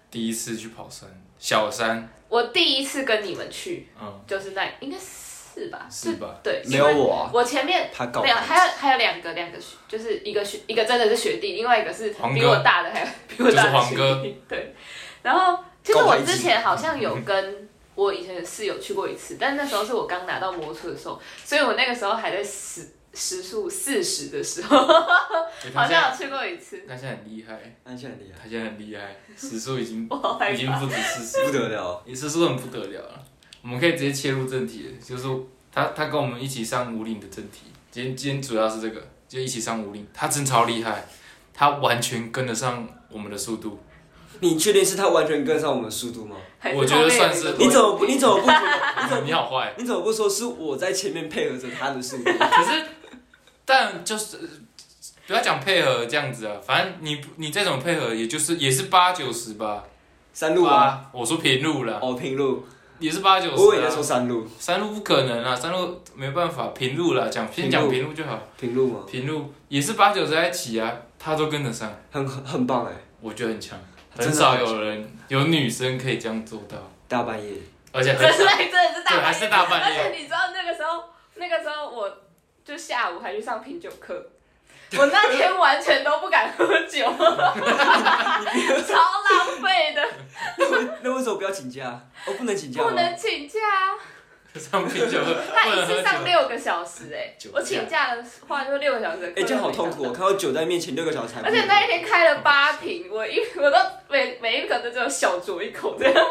Speaker 1: 第一次去跑山，小山，
Speaker 2: 我第一次跟你们去
Speaker 1: 嗯，
Speaker 2: 就是那应该是吧？
Speaker 1: 是吧？
Speaker 2: 对，
Speaker 3: 没有
Speaker 2: 因为
Speaker 3: 我啊
Speaker 2: 我前面
Speaker 3: 他告
Speaker 2: 没有，还有还有两个两个学，就是一个学一个真的是学弟，另外一个是
Speaker 1: 黄哥
Speaker 2: 比我大的，还有比我大的
Speaker 1: 就是
Speaker 2: 学
Speaker 1: 黄
Speaker 2: 弟。对，然后其实
Speaker 3: 告
Speaker 2: 我
Speaker 3: 白季
Speaker 2: 之前好像有跟我以前的室友去过一次，但那时候是我刚拿到魔术的时候，所以我那个时候还在时时速四十的时候，
Speaker 1: 诶
Speaker 2: 好
Speaker 1: 他现在
Speaker 2: 像有去过一次。
Speaker 1: 他现在很厉害，
Speaker 3: 安琪很厉害，
Speaker 1: 他现在很厉害，时速已经
Speaker 2: 我 [laughs] 好害
Speaker 1: 已经
Speaker 2: 怕，
Speaker 1: 不止四十。
Speaker 3: 不得了。
Speaker 1: 你哦是说很不得了了，我们可以直接切入正题了，就是他他跟我们一起上五岭的正题，今天今天主要是这个，就一起上五岭，他真超厉害，他完全跟得上我们的速 [laughs] 度，
Speaker 3: 你确定是他完全跟上我们的速度吗？
Speaker 2: 还是
Speaker 1: 我觉得
Speaker 2: 后面有
Speaker 1: 算
Speaker 2: 一个
Speaker 1: 是
Speaker 2: 多
Speaker 3: 你怎么不？你怎么不觉得？
Speaker 1: 你好坏，
Speaker 3: 你怎么不说是我在前面配合着他的速度？
Speaker 1: 可是但就是。不要讲配合这样子啊，反正你你再怎么配合，也就是也是八九十吧。
Speaker 3: 山路吗？
Speaker 1: 啊，我说平路啦，
Speaker 3: 哦，平路。
Speaker 1: 也是八九
Speaker 3: 我以
Speaker 1: 十
Speaker 3: 为你在说
Speaker 1: 啊。
Speaker 3: 山路，
Speaker 1: 山路不可能啊，山路没办法，平路啦，讲先讲平路就好。
Speaker 3: 平路吗？
Speaker 1: 平路也是八九十在起啊，他都跟得上。
Speaker 3: 很很很棒哎，
Speaker 1: 我觉得很强，
Speaker 3: 真的
Speaker 1: 很少有人有女生可以这样做到。 [laughs]
Speaker 3: 大半夜。
Speaker 1: 而且
Speaker 2: 真
Speaker 1: 很
Speaker 2: 的
Speaker 1: 少，
Speaker 2: 真的是
Speaker 1: 对，
Speaker 2: 大
Speaker 1: 还
Speaker 2: 半夜
Speaker 1: 是大半
Speaker 2: 而
Speaker 1: 夜。
Speaker 2: 且你知道那个时候，那个时候我就下午还去上品酒课，我那天完全都不敢喝酒，超浪费的，
Speaker 3: 那为什么不要请假？哦，不能请假吗
Speaker 2: 不能请假啊。
Speaker 1: 上品
Speaker 2: [laughs]
Speaker 1: 酒喝，
Speaker 2: 他
Speaker 1: 不
Speaker 2: 一
Speaker 1: 能喝
Speaker 2: 次上
Speaker 1: 酒。
Speaker 2: 六个小时哎、
Speaker 1: 酒驾
Speaker 2: 我请假的话就是六个小时的课。
Speaker 3: 哎、这样好痛苦、哦！看到酒在面前六个小时才不
Speaker 2: 而
Speaker 3: 能
Speaker 2: 且那一天开了八瓶，我一我都每每一个都只有小酌一口这样，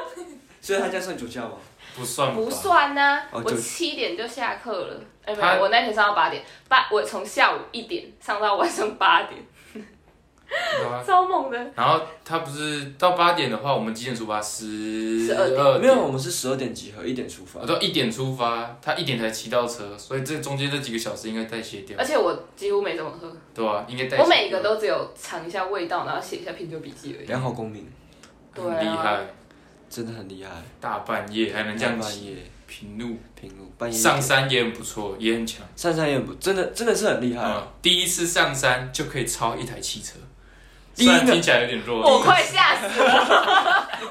Speaker 3: 所以他这样算酒驾吗？
Speaker 1: 不算吧
Speaker 2: 不。算呢、
Speaker 3: 哦
Speaker 2: 我
Speaker 3: 就
Speaker 2: 七点就下课了，哎、没
Speaker 1: 他
Speaker 2: 有，我那天上到八点，八我从下午一点上到晚上八点，
Speaker 1: 对啊
Speaker 2: 超猛的。
Speaker 1: 然后他不是到八点的话，我们几点出发？十
Speaker 2: 12
Speaker 1: 二
Speaker 3: 没有，我们是十二点集合，一点出发
Speaker 1: 我。都一点出发，他一点才骑到车，所以这中间这几个小时应该代谢掉
Speaker 2: 而，且我几乎没怎么喝，
Speaker 1: 对吧、应该代谢掉。
Speaker 2: 呃我每一个都只有尝一下味道，然后写一下品酒笔记而已。
Speaker 3: 良好公民
Speaker 1: 很厉
Speaker 2: 对啊，
Speaker 1: 害，
Speaker 3: 真的很厉害，
Speaker 1: 大半夜还能这样
Speaker 3: 半
Speaker 1: 骑，
Speaker 3: 夜
Speaker 1: 平路
Speaker 3: 平路半夜
Speaker 1: 上山也很不错，也很强。
Speaker 3: 上山也很不真的真的是很厉害。
Speaker 1: 嗯，第一次上山就可以超一台汽车，虽
Speaker 3: 第一个哦
Speaker 1: 然听起来有点弱，
Speaker 2: 我快吓死了，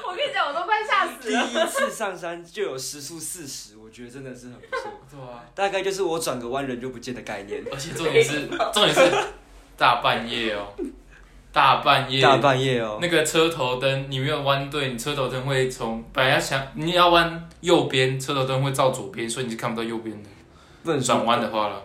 Speaker 2: [laughs] 我跟你讲，我都快吓死
Speaker 3: 第
Speaker 2: 了。
Speaker 3: 一次上山就有时速四十，我觉得真的是很不错，
Speaker 1: 对啊，
Speaker 3: 大概就是我转个弯人就不见的概念。
Speaker 1: 而且重点
Speaker 3: [laughs]
Speaker 1: 是重点是大半夜哦，大半夜
Speaker 3: 大半夜哦，
Speaker 1: 那个车头灯，你没有弯对，你车头灯会从本来要想你要弯右边，车头灯会照左边，所以你是看不到右边的。
Speaker 3: 不能
Speaker 1: 转
Speaker 3: 说
Speaker 1: 弯的话了，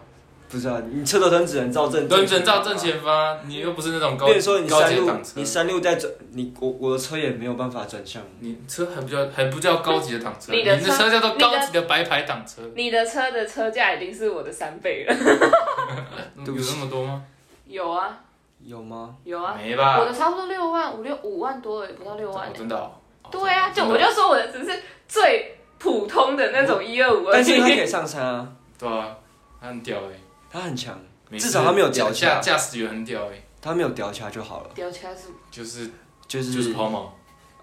Speaker 3: 不是啊，你车头灯只能照正，
Speaker 1: 对，只能照正。前方，你又不是那种高
Speaker 3: 变成说你
Speaker 1: 高
Speaker 3: 山
Speaker 1: 阶
Speaker 3: 路
Speaker 1: 挡，车
Speaker 3: 你，山路在转，你我我的车也没有办法转向。
Speaker 1: 你车还不叫还不叫高级的挡车，
Speaker 2: 你
Speaker 1: 你
Speaker 2: 的
Speaker 1: 的
Speaker 2: 车
Speaker 1: 车叫做高级的白牌挡车，
Speaker 2: 你的车的车价已经是我的三倍了。
Speaker 1: 有
Speaker 3: 对不起
Speaker 1: 那么多吗？
Speaker 2: 有啊，
Speaker 1: [laughs]
Speaker 3: 有吗？
Speaker 2: 有啊，
Speaker 1: 没
Speaker 2: 我
Speaker 1: 吧？
Speaker 2: 的差不多六万五六五万多而已，不到六万
Speaker 1: 哦。真的哦。哦
Speaker 2: 啊对啊，就
Speaker 1: 真的
Speaker 2: 我
Speaker 1: 哦
Speaker 2: 就说我的只是最普通的那种一二五二
Speaker 3: 但是他可以
Speaker 2: 七。
Speaker 3: 上山啊，
Speaker 1: 对啊，他很屌哎，
Speaker 3: 他很强，
Speaker 1: 每次
Speaker 3: 至少他没有啊掉
Speaker 1: 驾
Speaker 3: 价，
Speaker 1: 驾驶员很屌哎，
Speaker 3: 他没有掉价就好了，
Speaker 2: 吊起来是
Speaker 1: 就是
Speaker 3: 就是
Speaker 1: 就是抛锚，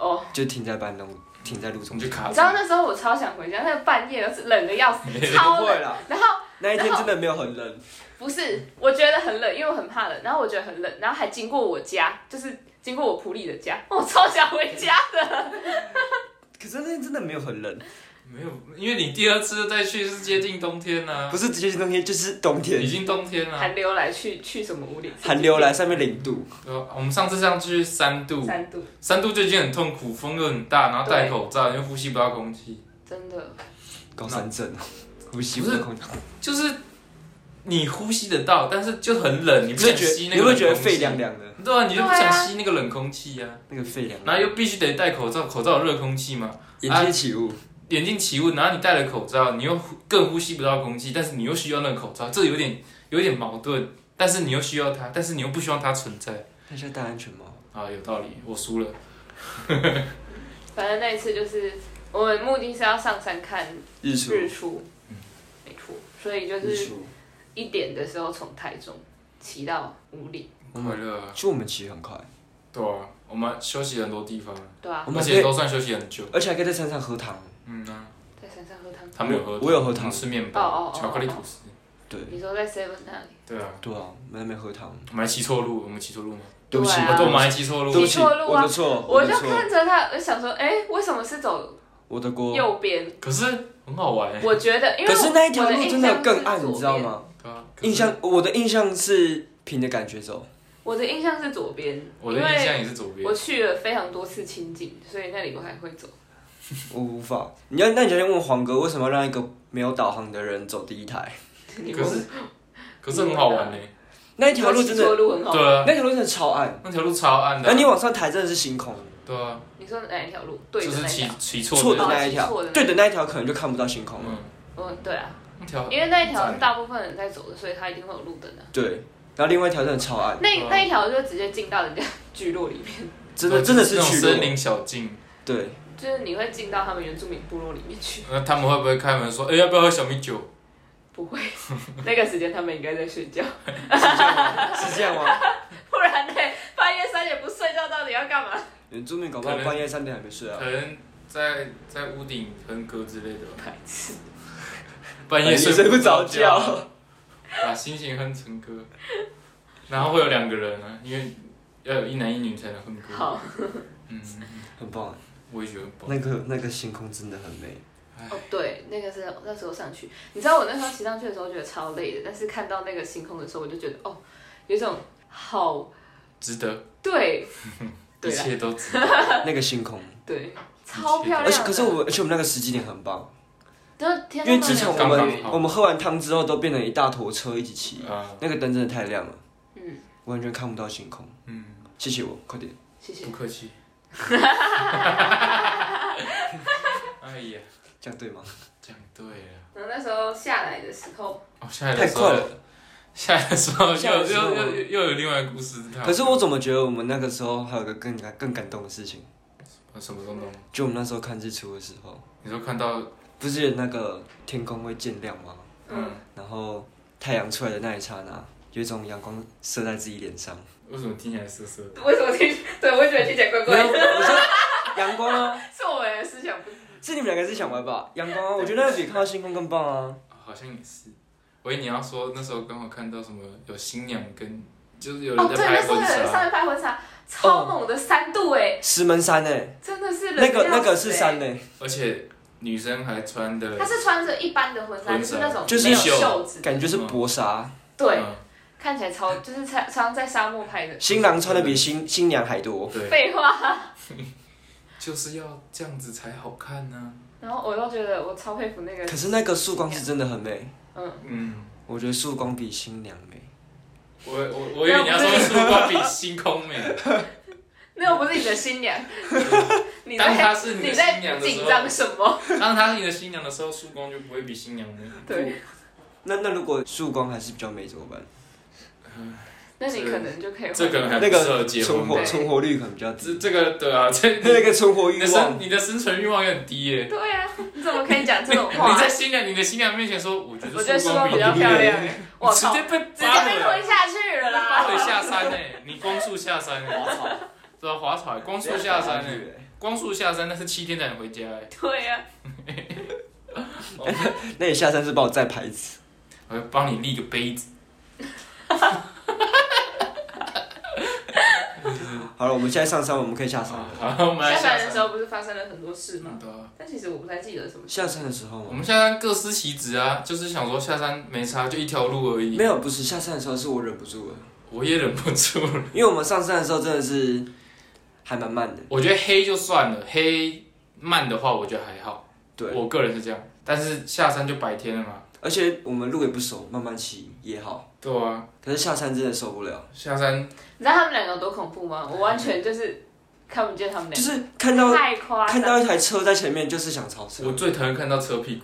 Speaker 2: 哦，
Speaker 3: 就停在半路，停在路
Speaker 1: 我们
Speaker 3: 中
Speaker 1: 就
Speaker 3: 间。
Speaker 1: 卡
Speaker 2: 你
Speaker 1: 住
Speaker 2: 知。道那时候我超想回家，那个半夜是冷的要死，超
Speaker 3: 不
Speaker 2: 冷。
Speaker 3: 会啦，
Speaker 2: 然后
Speaker 3: 那一天真的没有很冷，
Speaker 2: 不是，我觉得很冷，因为我很怕冷，然后我觉得很冷，然后还经过我家，就是经过我普里的家，哦我超想回家的。
Speaker 3: 可是那天真的没有很冷，
Speaker 1: 没有，因为你第二次再去是接近冬天啦、
Speaker 3: 啊不是直接是冬天就是冬
Speaker 1: 已
Speaker 3: 天，
Speaker 1: 经冬天了、
Speaker 2: 寒流来去去什么屋里？
Speaker 3: 寒流来上面零度，
Speaker 1: 对吧我们上次上去三度，
Speaker 2: 三度，
Speaker 1: 三度就已经很痛苦，风又很大，然后戴口罩，又呼吸不到空气，
Speaker 2: 真的
Speaker 3: 高山症，呼吸
Speaker 1: 不
Speaker 3: 不
Speaker 1: 是
Speaker 3: 到空气，
Speaker 1: 就是你呼吸得到，但是就很冷，你
Speaker 3: 你
Speaker 1: 不
Speaker 3: 会
Speaker 1: 想
Speaker 3: 觉
Speaker 1: 吸那
Speaker 3: 得你
Speaker 1: 个
Speaker 3: 会
Speaker 1: 冷
Speaker 3: 觉得
Speaker 1: 空
Speaker 3: 肺
Speaker 1: 气。
Speaker 3: 凉凉的，
Speaker 1: 对啊，你就不
Speaker 2: 对啊
Speaker 1: 想吸那个冷空气啊，
Speaker 3: 那个肺凉
Speaker 1: 然后
Speaker 3: 凉，
Speaker 1: 又必须得戴口罩，口罩有热空气嘛，
Speaker 3: 眼睛起雾，
Speaker 1: 眼睛起雾，然后你戴了口罩，你又呼更呼吸不到空气，但是你又需要那个口罩，这有点有点矛盾，但是你又需要它，但是你又不希望它存在
Speaker 3: 那是戴安全帽，
Speaker 1: 啊，有道理，我输了。
Speaker 2: 反正那一次就是我们目的是要上山看
Speaker 3: 日出，嗯
Speaker 2: 日出，没错，所以就
Speaker 3: 日
Speaker 2: 是
Speaker 3: 出，
Speaker 2: 一点的时候从台中骑到五里，
Speaker 3: 我
Speaker 1: 快
Speaker 3: 们
Speaker 1: 乐啊！
Speaker 3: 就我们骑很快，
Speaker 1: 对啊，我们休息很多地方，
Speaker 2: 对啊，
Speaker 3: 我
Speaker 1: 而
Speaker 3: 们可
Speaker 1: 且
Speaker 3: 以，
Speaker 1: 都算休息很久。
Speaker 3: 而且还可以在山上喝汤，
Speaker 1: 嗯啊，
Speaker 2: 在山上喝汤。
Speaker 1: 他没有喝，
Speaker 3: 我有喝汤
Speaker 1: 们吃面
Speaker 2: 哦哦
Speaker 1: 包，
Speaker 2: 哦
Speaker 1: 巧克力吐司。
Speaker 3: 对
Speaker 2: 你说在 Seven 那里？
Speaker 1: 对啊，
Speaker 3: 对啊，我们还没喝汤，
Speaker 1: 我们还骑错路，我们骑错路吗？
Speaker 3: 对不起
Speaker 2: 对，啊
Speaker 1: 我都我们还骑错路
Speaker 3: 对，不
Speaker 2: 骑
Speaker 3: 起，
Speaker 2: 错路啊
Speaker 3: 我的错，
Speaker 2: 我
Speaker 3: 我
Speaker 2: 就
Speaker 3: 的错，
Speaker 2: 看着他，我就想说，哎、为什么是走
Speaker 3: 我的锅。
Speaker 2: 右边？
Speaker 1: 可是很好玩欸。
Speaker 2: [laughs] 我觉得，因为
Speaker 3: 可是那一条
Speaker 2: 我
Speaker 3: 路
Speaker 2: 印
Speaker 3: 真
Speaker 2: 象
Speaker 3: 的
Speaker 2: 是
Speaker 3: 更暗，
Speaker 2: 左
Speaker 3: 你知道
Speaker 2: 边？
Speaker 3: 吗？
Speaker 1: 对啊，可是
Speaker 3: 印象我的印象是凭着感
Speaker 1: [laughs]
Speaker 3: 觉走，
Speaker 2: 我的印象是左边，
Speaker 1: 我的印象也是左
Speaker 2: 因为
Speaker 1: 边
Speaker 2: 我，去了非常多次清境，所以那里我还会走。
Speaker 3: 我无法。你要那你就问黄哥，为什么要让一个没有导航的人走第一台？
Speaker 2: [laughs] 你
Speaker 1: 可是可是很好玩嘞。
Speaker 3: 那一条路
Speaker 2: 你
Speaker 3: 真
Speaker 2: 说
Speaker 3: 的，
Speaker 2: 骑错路很好。
Speaker 1: 对啊，
Speaker 3: 那条路真的超暗，
Speaker 1: 那条路超暗的
Speaker 3: 那
Speaker 1: 啊。
Speaker 3: 你往上抬真的是星空，
Speaker 1: 对啊，
Speaker 2: 你说哪一条路？对
Speaker 1: 就
Speaker 2: 的
Speaker 1: 是
Speaker 2: 那一
Speaker 1: 骑
Speaker 2: 条。
Speaker 1: 骑
Speaker 3: 错
Speaker 1: 错
Speaker 3: 的
Speaker 1: 的。
Speaker 3: 那一条
Speaker 2: 错的那一条，
Speaker 3: 对的那一条可能就看不到星空了。
Speaker 1: 嗯，
Speaker 2: 嗯，对啊，
Speaker 1: 那条
Speaker 2: 因为那一条
Speaker 1: 赞
Speaker 2: 是大部分人在走的，所以它一定会有路灯的、
Speaker 3: 对，然后另外一条真的超暗，
Speaker 2: 那
Speaker 1: 嗯
Speaker 2: 那一条就直接进到人家聚落里面，
Speaker 3: 真的
Speaker 1: 对
Speaker 3: 真的是
Speaker 1: 那种
Speaker 3: 去
Speaker 1: 森
Speaker 3: 过。
Speaker 1: 林小径。
Speaker 3: 对，
Speaker 2: 就是你会进到他们原住民部落里面去。 [laughs]
Speaker 1: 那他们会不会开门说，哎，要不要喝小米酒？[laughs]
Speaker 2: 不会，那个时间他们应该在睡觉，
Speaker 1: [laughs]
Speaker 3: 是这样吗？
Speaker 2: 不然呢，半夜三点不睡觉到底要干嘛？
Speaker 3: 原住民搞不好
Speaker 1: 可能
Speaker 3: 半夜三点还没睡啊
Speaker 1: 可，能在在屋顶哼歌之类的吧，
Speaker 2: 白痴，
Speaker 1: [laughs] 半夜
Speaker 3: 哎睡不着
Speaker 1: 觉，
Speaker 3: 觉。
Speaker 1: 把心情哼成歌，然后会有两个人啊，因为要有一男一女才能哼歌。
Speaker 2: 好，
Speaker 1: 嗯，
Speaker 3: 很棒，啊
Speaker 1: 我也觉得很棒。
Speaker 3: 那个那个星空真的很美。
Speaker 2: 哦，对，那个是那时候上去，你知道我那时候骑上去的时候觉得超累的，但是看到那个星空的时候，我就觉得哦，有一种好
Speaker 1: 值得，
Speaker 2: 对
Speaker 1: 一
Speaker 2: 对啦
Speaker 1: 切都
Speaker 2: [laughs]
Speaker 1: 值
Speaker 3: 那个星空，
Speaker 2: 对，超漂亮
Speaker 3: 而
Speaker 2: 的。
Speaker 3: 且可是我们，而且我们那个时机点很棒，
Speaker 2: 然后天
Speaker 3: 因
Speaker 2: 上
Speaker 3: 为
Speaker 2: 都
Speaker 3: 之前
Speaker 2: 没
Speaker 3: 我
Speaker 2: 有
Speaker 1: 刚刚
Speaker 3: 们
Speaker 1: 好
Speaker 3: 我们喝完汤之后都变成一大坨车一起骑，
Speaker 1: 得啊，
Speaker 3: 那个灯真的太亮了，
Speaker 2: 嗯，
Speaker 3: 完全看不到星空。
Speaker 1: 嗯，
Speaker 3: 谢谢我，快点。
Speaker 2: 谢谢
Speaker 1: 不。客
Speaker 2: [laughs]
Speaker 1: 气。哎呀，
Speaker 3: 这样对吗？
Speaker 1: 讲对了，
Speaker 2: 然后那时候下来的时候，
Speaker 1: 哦，下来的时
Speaker 3: 太
Speaker 1: 候
Speaker 3: 快，
Speaker 1: [laughs] 下来的时候
Speaker 3: 下来
Speaker 1: 又
Speaker 3: 的时候
Speaker 1: 又又又又有另外一个故事，
Speaker 3: 可是我怎么觉得我们那个时候还有个更感更感动的事情，
Speaker 1: 我什么东东？
Speaker 3: 就我们那时候看日出的时候，
Speaker 1: 你说看到
Speaker 3: 不是那个天空会渐亮吗？
Speaker 2: 嗯，
Speaker 3: 然后太阳出来的那一刹那，有一种阳光射在自己脸上。
Speaker 1: 为什么听起来涩涩的？
Speaker 2: 为什么听？对，我也觉得听起来怪
Speaker 3: 没
Speaker 2: 怪
Speaker 3: 有，
Speaker 2: 的，
Speaker 3: 我说阳光啊，
Speaker 2: 是我们的思想不
Speaker 3: 是你们两个是想玩吧？阳光啊，我觉得比看到星空更棒啊。
Speaker 2: 嗯
Speaker 1: 好像也是。喂，你要说那时候刚好看到什么有新娘跟，就是有
Speaker 2: 哦，
Speaker 1: 人在
Speaker 2: 对，那
Speaker 1: 拍
Speaker 2: 时候有
Speaker 1: 婚
Speaker 2: 人上
Speaker 1: 纱，
Speaker 2: 面拍婚纱，超猛的三度哎、
Speaker 3: 石门山呢、
Speaker 2: 真的是人
Speaker 3: 哦那
Speaker 2: 要
Speaker 3: 个
Speaker 2: 死
Speaker 3: 那个是山
Speaker 2: 欸
Speaker 3: 呢、
Speaker 1: 而且女生还穿的
Speaker 2: 他，是穿着一般的婚纱，
Speaker 1: 婚
Speaker 2: 就
Speaker 1: 纱
Speaker 2: 是那种
Speaker 3: 就是
Speaker 2: 没有
Speaker 1: 袖
Speaker 2: 袖子的，
Speaker 3: 感觉就是薄纱。
Speaker 2: 对，
Speaker 1: 嗯
Speaker 2: 看起来超就是常常在沙漠拍的。
Speaker 3: 新郎穿的比新新娘还多，
Speaker 1: 对，
Speaker 2: 废话，
Speaker 1: 就是要这样子才好看呢、
Speaker 2: 然后我都觉得我超佩服那个
Speaker 3: 可，是那个曙光是真的很美。
Speaker 2: 嗯，
Speaker 1: 嗯，
Speaker 3: 我觉得曙光比新娘美。
Speaker 1: 我我我以为你要说曙光比星空美， [laughs]
Speaker 2: 那又不是你的新娘，你
Speaker 1: 当
Speaker 2: 在
Speaker 1: 她是你
Speaker 2: 你
Speaker 1: 的
Speaker 2: 在
Speaker 1: 新娘的时
Speaker 2: 紧
Speaker 1: 候，
Speaker 2: 张什么？
Speaker 1: 当她是你的新娘的时候，曙光就不会比新娘美。
Speaker 2: 对，
Speaker 3: 那那如果曙光还是比较美怎么办？
Speaker 2: 那你可能就可以
Speaker 1: 这个人还不
Speaker 3: 那
Speaker 1: 适合
Speaker 3: 个
Speaker 1: 结婚
Speaker 3: 存
Speaker 1: 吧
Speaker 3: 活？存活率可能比较
Speaker 1: 这
Speaker 3: 低，
Speaker 1: 这个对啊，
Speaker 3: [laughs]
Speaker 1: 这
Speaker 3: 那个存活
Speaker 1: 你
Speaker 3: 欲
Speaker 1: 的
Speaker 3: 望
Speaker 1: 生你的生存欲望也很低耶、
Speaker 2: 对啊，你怎么可以讲这种
Speaker 1: [laughs]
Speaker 2: 话
Speaker 1: 你？在新娘你的新娘面前说，我觉
Speaker 2: [laughs] 我
Speaker 1: 得
Speaker 2: 觉得
Speaker 1: 曙
Speaker 2: 曙
Speaker 1: 光
Speaker 2: 光比
Speaker 1: 比
Speaker 2: 较
Speaker 1: 较
Speaker 2: 漂亮，我
Speaker 1: 直
Speaker 2: 靠，
Speaker 1: 接
Speaker 2: 直
Speaker 1: 被
Speaker 2: 接
Speaker 1: 扒
Speaker 2: 被
Speaker 1: 了
Speaker 2: 推，下去
Speaker 1: 扒
Speaker 2: 了啦！
Speaker 1: 了下
Speaker 2: [laughs]
Speaker 1: 山呢、你光速下山呢、欸，对啊，滑草、欸，光速下山呢、光速下山那是七天才能回家哎、
Speaker 2: 对啊呀，
Speaker 3: 那你下山是帮我再牌子，
Speaker 1: 我要帮你立个杯子，
Speaker 3: 好了，我们现在上山，我们可以下山了。
Speaker 1: 好，我们来
Speaker 2: 下
Speaker 1: 下
Speaker 2: 山的时
Speaker 1: 山。
Speaker 2: 候不是发生了很多事吗？
Speaker 1: 嗯对啊
Speaker 2: 但其实我不太记得什么。
Speaker 3: 下山的时候
Speaker 1: 我
Speaker 3: 吗？
Speaker 1: 们下山各司其职啊，就是想说下山没差，就一条路而已
Speaker 3: 没。有，不是下山的时候是我忍不住了，
Speaker 1: 我也忍不住了，
Speaker 3: 因为我们上山的时候真的是还蛮慢的。
Speaker 1: 我觉得黑就算了，黑慢的话我觉得还好，
Speaker 3: 对，
Speaker 1: 我个人是这样。但是下山就白天了嘛，
Speaker 3: 而且我们路也不熟，慢慢骑也好。
Speaker 1: 对啊，
Speaker 3: 可是下山真的受不了，
Speaker 1: 下山
Speaker 2: 你知道他们两个有多恐怖吗？我完全就是看不见他们
Speaker 3: 就
Speaker 2: 两
Speaker 3: 是看
Speaker 2: 个，
Speaker 3: 到
Speaker 2: 太夸
Speaker 3: 看
Speaker 2: 张，
Speaker 3: 到一台车在前面，就是想超
Speaker 1: 我
Speaker 3: 车。
Speaker 1: 最讨厌看到车屁股，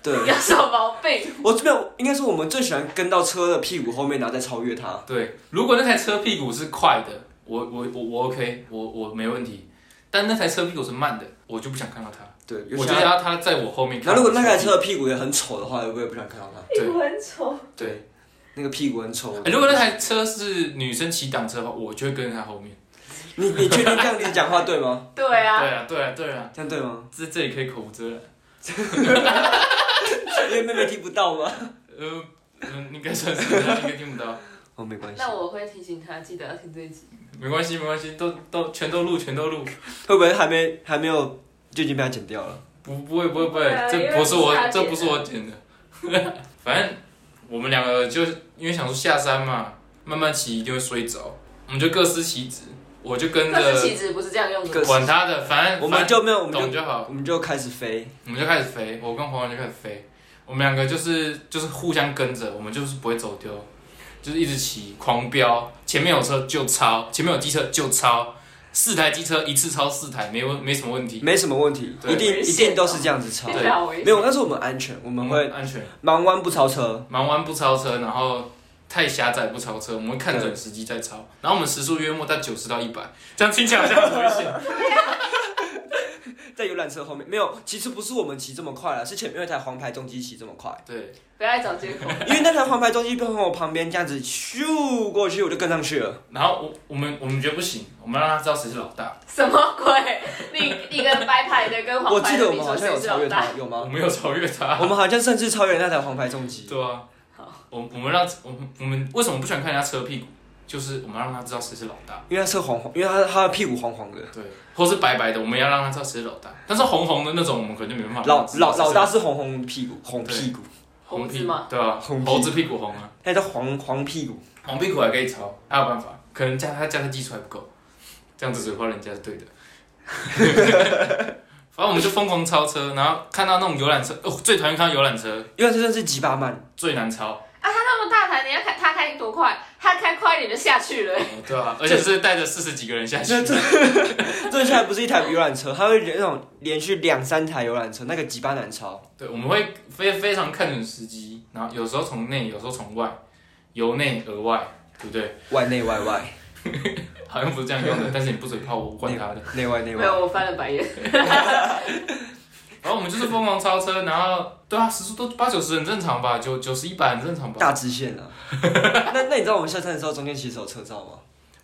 Speaker 3: 对，
Speaker 2: 有什么毛病？
Speaker 3: 我这边应该说我们最喜欢跟到车的屁股后面，然后再超越它。
Speaker 1: 对，如果那台车屁股是快的，我我我我 OK，我我没问题。但那台车屁股是慢的，我就不想看到它，
Speaker 3: 对，有
Speaker 1: 我
Speaker 3: 些
Speaker 1: 就要它在我后面看
Speaker 3: 然
Speaker 1: 我
Speaker 3: 后
Speaker 1: 的屁股。
Speaker 3: 如果那台车的屁股也很丑的话，我也不想看到它。
Speaker 1: 对
Speaker 2: 屁股很丑，
Speaker 1: 对、
Speaker 3: 那个屁股很丑。
Speaker 1: 哎如果那台车是女生骑挡车的话，我就会跟在她后面。
Speaker 3: 你你确定这样子讲话对吗？
Speaker 2: 对啊，
Speaker 1: 对啊，对啊，对啊，
Speaker 3: 这样对吗？
Speaker 1: 这这里可以口无遮拦。
Speaker 3: 因为妹妹听不到吗？
Speaker 1: 呃，嗯，应该算是，应该听不到，
Speaker 3: 哦，没关系。
Speaker 2: 那我会提醒他，记得要听这一集。
Speaker 1: 没关系，没关系，都都全都录，全都录，
Speaker 3: 会不会还没还没有就已经被他剪掉了？
Speaker 1: 不不会不会不会
Speaker 2: 对啊，因
Speaker 1: 这
Speaker 2: 为
Speaker 1: 不是我
Speaker 2: 是他
Speaker 1: 这
Speaker 2: 剪
Speaker 1: 不是
Speaker 2: 的
Speaker 1: 我剪的， [laughs] 反正我们两个就是因为想说下山嘛，慢慢骑一定会睡着，我们就各司其职，我就跟
Speaker 2: 但是气
Speaker 1: 着
Speaker 2: 质不是这样用
Speaker 3: 各
Speaker 2: 的
Speaker 3: 司，
Speaker 1: 管他的，反正
Speaker 3: 我们就没有，我
Speaker 1: 反
Speaker 3: 们
Speaker 1: 正懂
Speaker 3: 就
Speaker 1: 就好，
Speaker 3: 我们就开始飞。
Speaker 1: 我们就开始飞，我跟黄黄就开始飞，我们两个就是就是互相跟着，我们就是不会走丢，就是一直骑狂飙，前面有车就超，前面有机车就超，四台机车一次超四台，没问没什么问题，
Speaker 3: 没什么问题，
Speaker 1: 对
Speaker 3: 一定
Speaker 2: 危
Speaker 3: 一
Speaker 2: 险
Speaker 3: 定都是这样子超。
Speaker 2: 听起来好危
Speaker 3: 没
Speaker 2: 险。
Speaker 3: 有，但是我们安全，我
Speaker 1: 我
Speaker 3: 们会
Speaker 1: 安全。
Speaker 3: 盲弯不超车。
Speaker 1: 忙完不超车，然后太狭窄不超车，我们会看准时机再超。然后我们时速约莫在九十到一百，这样听起来好像很危
Speaker 3: [laughs]
Speaker 1: 险。
Speaker 3: 在游览车后面没有，其实不是我们骑这么快了，是前面有一台黄牌重机骑这么快， [laughs]
Speaker 1: 对，
Speaker 2: 不要再找借口。
Speaker 3: 因为那台黄牌重机从我旁边这样子咻过去，我就跟上去了。
Speaker 1: 然后我我们我们觉得不行，我们让他知道谁是老大。
Speaker 2: 什么鬼？你一个白牌的跟
Speaker 3: 我
Speaker 2: [laughs] 黄
Speaker 3: 记
Speaker 2: 牌
Speaker 3: 得
Speaker 2: 的
Speaker 3: 我
Speaker 2: 比
Speaker 3: 们好
Speaker 2: 说
Speaker 3: 像有
Speaker 2: 谁是
Speaker 3: 超
Speaker 2: 老
Speaker 3: 越
Speaker 2: 大
Speaker 3: 它，？
Speaker 2: [laughs]
Speaker 3: 有
Speaker 1: 我
Speaker 3: 吗？
Speaker 1: 们有超越他
Speaker 3: [laughs] 我，们好像甚至超越那台黄牌重机。
Speaker 1: 对啊
Speaker 2: 好。
Speaker 1: 我我们让我们我们为什么不喜欢看人家车屁股？就是我们让他知道谁是老大，
Speaker 3: 因为他是黄黄，因为他他的屁股黄
Speaker 2: [laughs]
Speaker 3: 黄的，
Speaker 1: 对，或是白白的，我们要让他知道谁是老大。但是红红的那种，我们可能就没办法让
Speaker 3: 老
Speaker 1: 他知道
Speaker 3: 老
Speaker 1: 谁是
Speaker 3: 老大是红红屁股，红屁股，
Speaker 1: 红
Speaker 2: 猴子
Speaker 1: 屁股
Speaker 2: 吗，
Speaker 1: 对啊，
Speaker 3: 红屁股
Speaker 1: 猴子屁股红啊，
Speaker 3: 那叫黄黄屁股。
Speaker 1: 红屁股还可以抄，还有办法，可能加他加他技术还不够，这样子嘴花人家是对的。 [laughs] 反正我们就疯狂超车，然后看到那种游览车，哦，最讨厌看到游览车，
Speaker 3: 因为这真的是吉巴 [laughs] 曼，
Speaker 1: 最难超，
Speaker 2: 啊，他那么大台，你要开他开多快？他开快一点就下去了。
Speaker 1: 哦对啊，而且是带着四十几个人下去，
Speaker 3: [laughs] 这现在不是一台游览车，它会那种连续两三台游览车，那个吉巴难超。
Speaker 1: 对，我们会非非常看准时机，然后有时候从内，有时候从外，由内而外，对不对？ [laughs]
Speaker 3: 外内外外，
Speaker 1: 好像不是这样用的，但是你不嘴炮，我管他的。
Speaker 3: 内外内
Speaker 2: 没
Speaker 3: 外。
Speaker 2: 有，我翻了白眼。
Speaker 1: 然后我们就是疯狂超车，然后对啊，时速都八九十很正常吧，九九十一百很正常吧。
Speaker 3: 大直
Speaker 1: [laughs]
Speaker 3: 线啊。那那你知道我们下山的时候中间其实有车照吗？